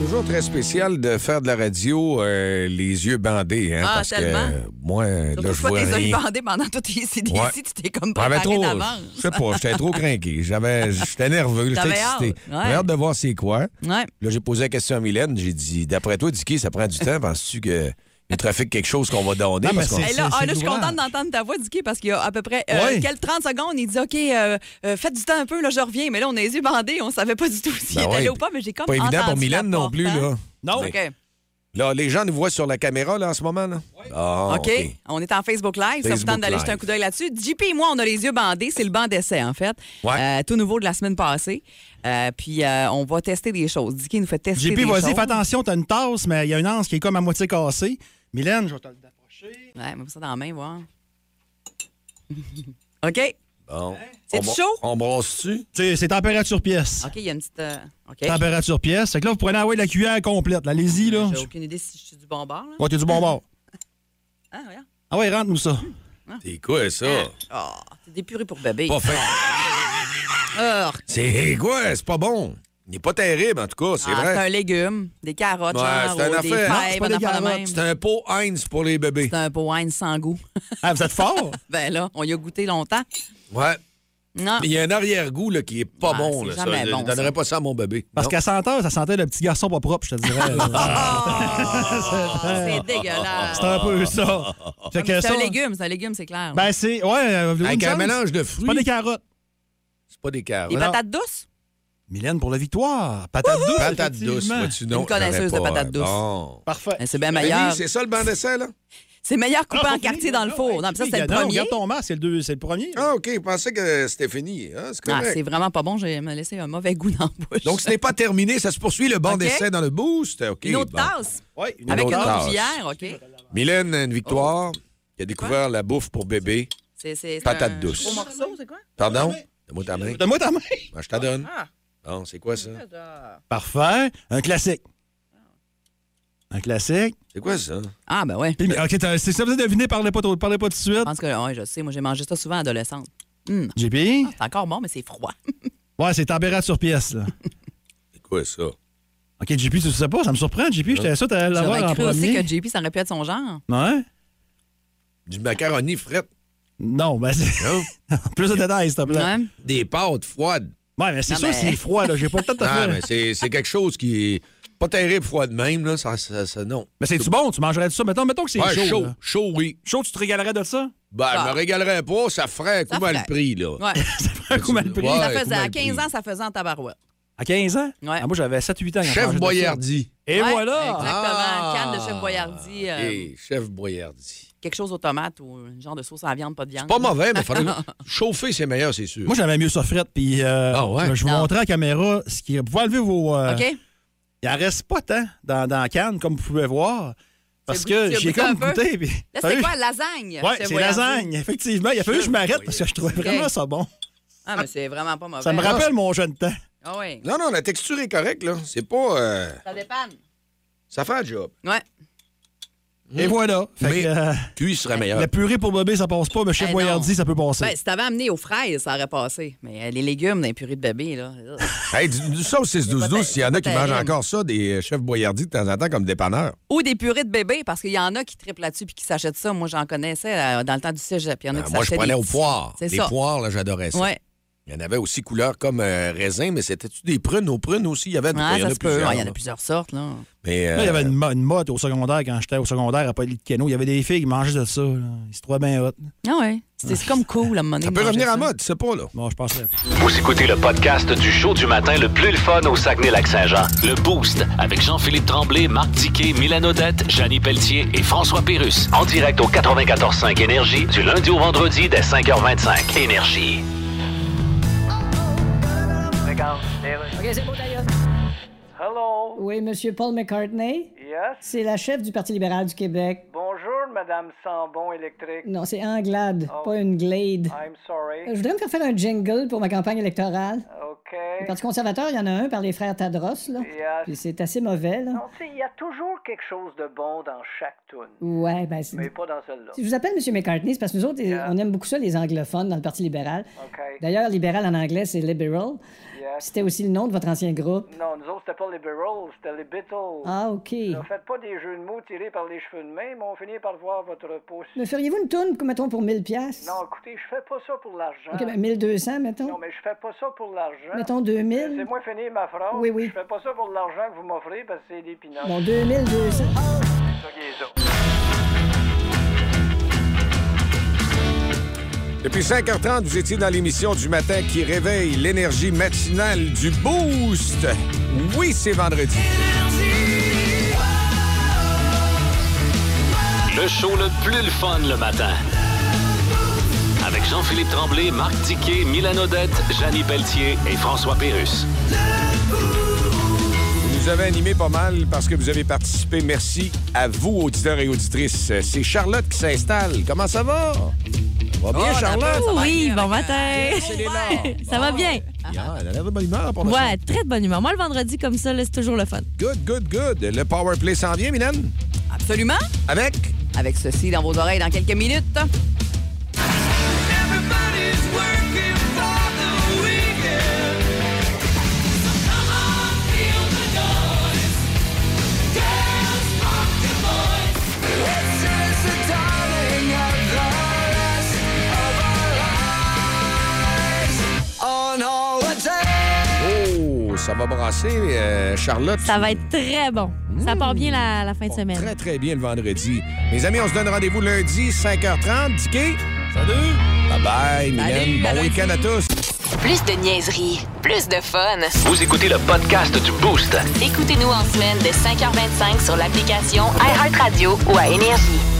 A: Toujours très spécial de faire de la radio euh, les yeux bandés. Hein,
C: Ah,
A: parce
C: tellement.
A: que euh, moi, là, je
C: Surtout
A: vois
C: pas tes yeux
A: rien.
C: bandés pendant tout ici, ici,
A: Ouais.
C: tu t'es comme
A: J'avais
C: préparé
A: trop,
C: d'avance.
A: je sais pas, j'étais trop craqué. J'avais, j'étais nerveux, j'étais
C: T'avais
A: excité.
C: hâte, ouais.
A: J'avais hâte de voir c'est quoi.
C: Ouais.
A: Là, j'ai posé la question à Mylène. J'ai dit, d'après toi, Dicky, ça prend du temps. Penses-tu que le trafic quelque chose qu'on va donner?
C: Non, mais
A: parce qu'on-
C: Hey, là, ah, là, je suis contente d'entendre ta voix, Dicky, parce qu'il y a à peu près euh,
A: Ouais.
C: quel 30 secondes, il dit OK, euh, euh, faites du temps un peu, là, je reviens. Mais là, on a les yeux bandés, on savait pas du tout s'il
A: Ben
C: était
A: ouais,
C: là ou pas, mais j'ai comme
A: Pas évident
C: entendu
A: pour Mylène
C: la
A: non plus,
C: porte, hein.
A: là.
C: OK.
A: Là, les gens nous voient sur la caméra là, en ce moment. Là. Ah,
C: OK. On est en Facebook Live. ça vous
A: Facebook
C: tente d'aller
A: Live.
C: jeter un coup d'œil là-dessus. JP et moi, on a les yeux bandés. C'est le banc d'essai, en fait. Euh, tout nouveau de la semaine passée. Euh, puis, euh, on va tester des choses. Dicky nous fait tester
B: JP,
C: des choses.
B: vas-y, fais attention, t'as une tasse, mais il y a une anse qui est comme à moitié cassée. Mylène, je vais te le
C: Ouais, mets ça dans la main, voir. OK.
A: Bon.
C: C'est
A: On bro-
C: chaud?
A: On brosse-tu?
B: C'est c'est température pièce.
C: OK, il y a une petite. euh, OK.
B: Température pièce. Fait que là, vous prenez envoyer la cuillère complète. là. Allez-y, là.
C: J'ai aucune idée si je suis du bon bord. Là.
B: Ouais, t'es du bon bord.
C: Ah, regarde.
B: Ah ouais, rentre-nous ça.
A: C'est quoi ça?
C: Oh, Ah, t'es dépuré pour bébé.
A: Pas fin.
C: Ah,
A: C'est quoi? C'est pas bon. Il n'est pas terrible, en tout cas, c'est
C: ah,
A: vrai.
C: C'est un légume, des carottes,
A: Ouais,
C: genre,
A: c'est une
C: ou des
A: affaire. Non,
C: fèves,
A: c'est pas
C: une
A: des
C: affaire de
A: carottes,
C: même.
A: c'est un pot Heinz pour les bébés.
C: C'est un pot Heinz sans goût.
B: Ah, vous êtes fort?
C: ben là, on y a goûté longtemps.
A: Ouais.
C: Non.
A: Il y a un arrière-goût là, qui est pas
C: Ah,
A: bon.
C: c'est
A: Là, ça.
C: jamais
A: Je
C: bon,
A: ne donnerais
C: ça.
A: pas ça à mon bébé.
B: Parce
A: Non.
B: qu'à 100 heures, ça sentait le petit garçon pas propre, je te dirais.
C: C'est dégueulasse.
B: C'est un peu ça. Fait
C: Ah, mais
B: que
C: C'est
B: ça-
C: un légume, c'est un légume, c'est clair.
B: Ben, c'est. Ouais, euh, vous avez
A: Avec
B: une
A: un
B: chance?
A: mélange de
B: C'est
A: fruits.
B: pas des carottes.
A: C'est pas des carottes.
C: Des patates douces?
B: Mylène pour la victoire. Patates douces.
A: Patates douces,
B: effectivement.
A: vois-tu donc,
C: Une connaisseuse
A: j'aurais
C: de
A: pas,
C: patates
A: hein.
C: douces.
A: Bon.
B: Parfait.
C: Ben, c'est bien
A: Benny,
C: meilleur.
A: C'est ça le banc d'essai, là?
C: C'est meilleur
B: Ah,
C: coupé
B: pas
C: en
B: fini,
C: quartier dans le four. Non, mais ça, c'était le
B: Non,
C: premier.
B: Regarde ton masque, c'est le, deux- c'est le premier.
A: Ah, OK, je pensais que c'était fini. Ah, c'est
C: Ah,
A: correct.
C: c'est vraiment pas bon, j'ai me laissé un mauvais goût dans la bouche.
A: Donc, ce n'est pas terminé. Ça se poursuit le banc
C: OK.
A: d'essai dans le boost. OK.
C: une autre
A: bon.
C: tasse?
B: Oui,
A: une
C: Avec
A: autre
C: une autre
A: tasse.
C: cuillère, OK.
A: Mylène a une victoire. qui a découvert la bouffe pour bébé.
C: C'est- c'est- c'est
A: Patates
C: un
A: douces.
C: gros morceau, c'est quoi?
A: Pardon? Donne-moi ta main.
B: Donne-moi ta main.
A: Ben, je te donne.
C: Ah.
A: Bon, c'est quoi ça?
B: Parfait. Un classique. Un classique.
A: C'est quoi ça?
C: Ah, ben ouais.
B: Puis, OK, t'as- c'est ça, vous avez deviné, parlez pas, trop- parlez pas tout de suite.
C: Je pense que, ouais, je sais, moi, j'ai mangé ça souvent adolescente. Hum,
B: JP?
C: C'est encore bon, mais c'est froid.
B: Ouais, c'est température pièce, là.
A: C'est quoi ça?
B: OK, JP, tu sais pas, ça me surprend, JP. J'étais sûr que t'allais l'avoir
C: J'aurais
B: en
C: cru aussi
B: premier.
C: que JP, ça aurait pu être son genre.
B: Ouais?
A: Du macaroni frette.
B: Non, ben c'est. Plus de détails, s'il te plaît.
C: Ouais.
A: Des pâtes froides.
B: Ouais, mais c'est
C: Non,
B: sûr,
C: mais-
B: c'est froid, là. J'ai pas le temps de te
A: Ah,
B: faire.
A: mais c'est c'est quelque chose qui est pas terrible froid de même, là. Ça, ça, ça- non.
B: Mais c'est-tu bon? Tu mangerais de ça? Mettons, mettons que c'est
A: Ouais,
B: chaud.
A: chaud,
B: là.
A: chaud, oui.
B: Chaud, tu te régalerais de ça?
A: Ben,
C: Ah.
A: je me régalerais pas, ça ferait un coup
C: Ça
A: mal
C: ferait.
A: pris, là.
C: Ouais.
B: Un coup mal pris.
A: Ouais,
C: ça
A: un coup
C: faisait, à
A: mal pris.
C: 15 ans, ça faisait en tabarouette.
B: À 15 ans?
C: Ouais.
B: Ah, moi, j'avais 7-8 ans. quand je mangeais de
A: Chef
B: ça.
A: Boyardi.
B: Et
C: Ouais,
B: voilà!
C: Exactement.
A: Ah.
C: Canne de chef Boyardi. euh,
A: Et Eh, chef Boyardi.
C: Quelque chose aux tomates ou un genre de sauce à la viande, pas de viande.
A: Pas mauvais, mais faudrait...
C: Ah.
A: chauffer, c'est meilleur, c'est sûr.
B: Moi, j'avais mieux ça frette, puis euh,
A: Ah ouais?
B: je vous
C: Non.
B: montrais à la caméra ce qui. Vous pouvez enlever vos.
A: hein.
B: euh,
C: OK?
B: Il en reste pas tant dans, dans la canne, comme vous pouvez voir. Parce
C: Tu as goûté-
B: que
C: tu as
B: j'ai
C: goûté un
B: comme
C: peu?
B: goûté. Puis,
C: Là,
B: T'as
C: c'était
B: vu?
C: quoi? Lasagne?
B: Ouais,
C: chef
B: c'est
C: Boyardi?
B: lasagne, effectivement. Il a fallu que je m'arrête parce que je trouvais vraiment ça bon.
C: Ah, mais c'est vraiment pas mauvais.
B: Ça me rappelle mon jeune temps.
C: Ah oui.
A: Non, non, la texture est correcte, là. C'est pas. euh,
C: Ça dépanne.
A: Ça fait un job. Hmm.
C: Ouais.
B: Et voilà. Fait
A: Mais-
B: que, euh,
A: Cuit serait meilleur.
B: la purée pour bébé, ça passe pas, mais chez
C: Eh non.
B: Boyardi, ça peut passer.
C: Ben, si t'avais amené aux fraises, ça aurait passé. Mais euh, les légumes d'un purée de bébé, là. euh,
A: Hey, du, du sauce 6-12-12, s'il y en a qui
C: pas
A: mangent
C: terrible.
A: encore ça, des chefs Boyardi de temps en temps comme dépanneur.
C: Ou des purées de bébé, parce qu'il y en a qui triplent là-dessus puis qui s'achètent ça. Moi, j'en connaissais euh, dans le temps du cégep. Il y en a
A: Ah,
C: qui
A: moi, je
C: s'achetaient
A: prenais
C: des
A: aux
C: petits.
A: poires.
C: C'est
A: Les
C: ça.
A: poires, là, j'adorais ça.
C: Ouais.
A: Il y en avait aussi couleur comme euh, raisin, mais c'était-tu des prunes aux prunes aussi? Il y avait des-
C: Ouais,
A: il y
C: Ah, ça
A: en a
C: se peut. Ouais, Il
A: plusieurs.
C: y en
A: là.
C: a plusieurs sortes, là.
A: Mais,
C: Ben,
A: euh,
B: Là, il y avait une, mo- une mode au secondaire, quand j'étais au secondaire à Polytechno. Il y avait des filles qui mangeaient de ça. là. Ils se trouvaient bien hot.
C: Ah ouais. C'est c'est comme cool, à un moment donné.
A: Ça
C: de
A: peut
C: manger
A: revenir
C: ça.
A: en mode, c'est pas, là.
B: Bon, je pensais.
E: Vous écoutez le podcast du show du matin le plus le fun au Saguenay-Lac-Saint-Jean. Le Boost avec Jean-Philippe Tremblay, Marc Tiquet, Milan Odette, Janine Pelletier et François Pérus. En direct au 94.5 Énergie du lundi au vendredi dès 5h25. Énergie.
I: OK, c'est bon, d'ailleurs.
M: Hello.
I: Oui, Monsieur Paul McCartney?
M: Yes.
I: C'est la chef du Parti libéral du Québec.
M: Bonjour, Madame Sambon électrique.
I: Non, c'est Anglade,
M: Oh.
I: pas une Glade.
M: I'm sorry.
I: Euh, Je voudrais me faire faire un jingle pour ma campagne électorale.
M: OK.
I: Le Parti conservateur, il y en a un par les frères Tadros, là.
M: Yes.
I: Puis c'est assez mauvais, là.
M: Non, tu sais, il y a toujours quelque chose de bon dans chaque tune.
I: Ouais, ben c'est...
M: Mais pas dans celle-là.
I: Si je vous appelle M. McCartney, c'est parce que nous autres, on aime beaucoup ça, les anglophones, dans le Parti libéral.
M: OK.
I: D'ailleurs, libéral en anglais, c'est liberal.
M: Yes.
I: C'était aussi le nom de votre ancien groupe.
M: Non, nous autres, c'était pas les Beatles, c'était les Beatles.
I: Ah, OK.
M: Ne faites pas des jeux de mots tirés par les cheveux de main, mais on finit par voir votre pouce.
I: Me feriez-vous une tourne, mettons, pour 1000 pièces
M: Mm. Non, écoutez, je fais pas ça pour l'argent.
I: OK, ben 1200, mettons.
M: Non, mais je fais pas ça pour l'argent.
I: Mettons 2000.
M: C'est moi finir ma phrase.
I: Oui, oui.
M: Je fais pas ça pour l'argent que vous m'offrez parce que c'est des pinottes.
I: Bon, 2200.
M: Ça qui est ça.
A: Depuis 5h30, vous étiez dans l'émission du matin qui réveille l'énergie matinale du Boost. Oui, c'est vendredi.
E: Le show le plus le fun le matin. Avec Jean-Philippe Tremblay, Marc Tiquet, Milan Odette, Janine Pelletier et François Pérus.
A: Vous nous avez animé pas mal parce que vous avez participé. Merci à vous, auditeurs et auditrices. C'est Charlotte qui s'installe. Comment ça va? Ça va bien,
C: Oh,
A: Charlotte?
P: Oui, bon matin. euh, Ça va bien?
A: Ah, elle a de bonne humeur pour le
P: Ouais, très de bonne humeur. Moi, le vendredi, comme ça, là, c'est toujours le fun.
A: Good, good, good. Le power play s'en vient, Mylène?
C: Absolument.
A: Avec?
C: Avec ceci dans vos oreilles dans quelques minutes.
A: Oh, ça va brasser, euh, Charlotte.
P: Ça va être très bon. Ça part bien la, la fin de semaine.
A: Mmh. Très, très bien le vendredi. Mes amis, on se donne rendez-vous lundi, 5h30. Dicky? Salut! Bye-bye, Mylène. Bon week-end à tous.
D: Plus de niaiserie, plus de fun.
E: Vous écoutez le podcast du Boost.
D: Écoutez-nous en semaine de 5h25 sur l'application iHeartRadio ou à Énergie.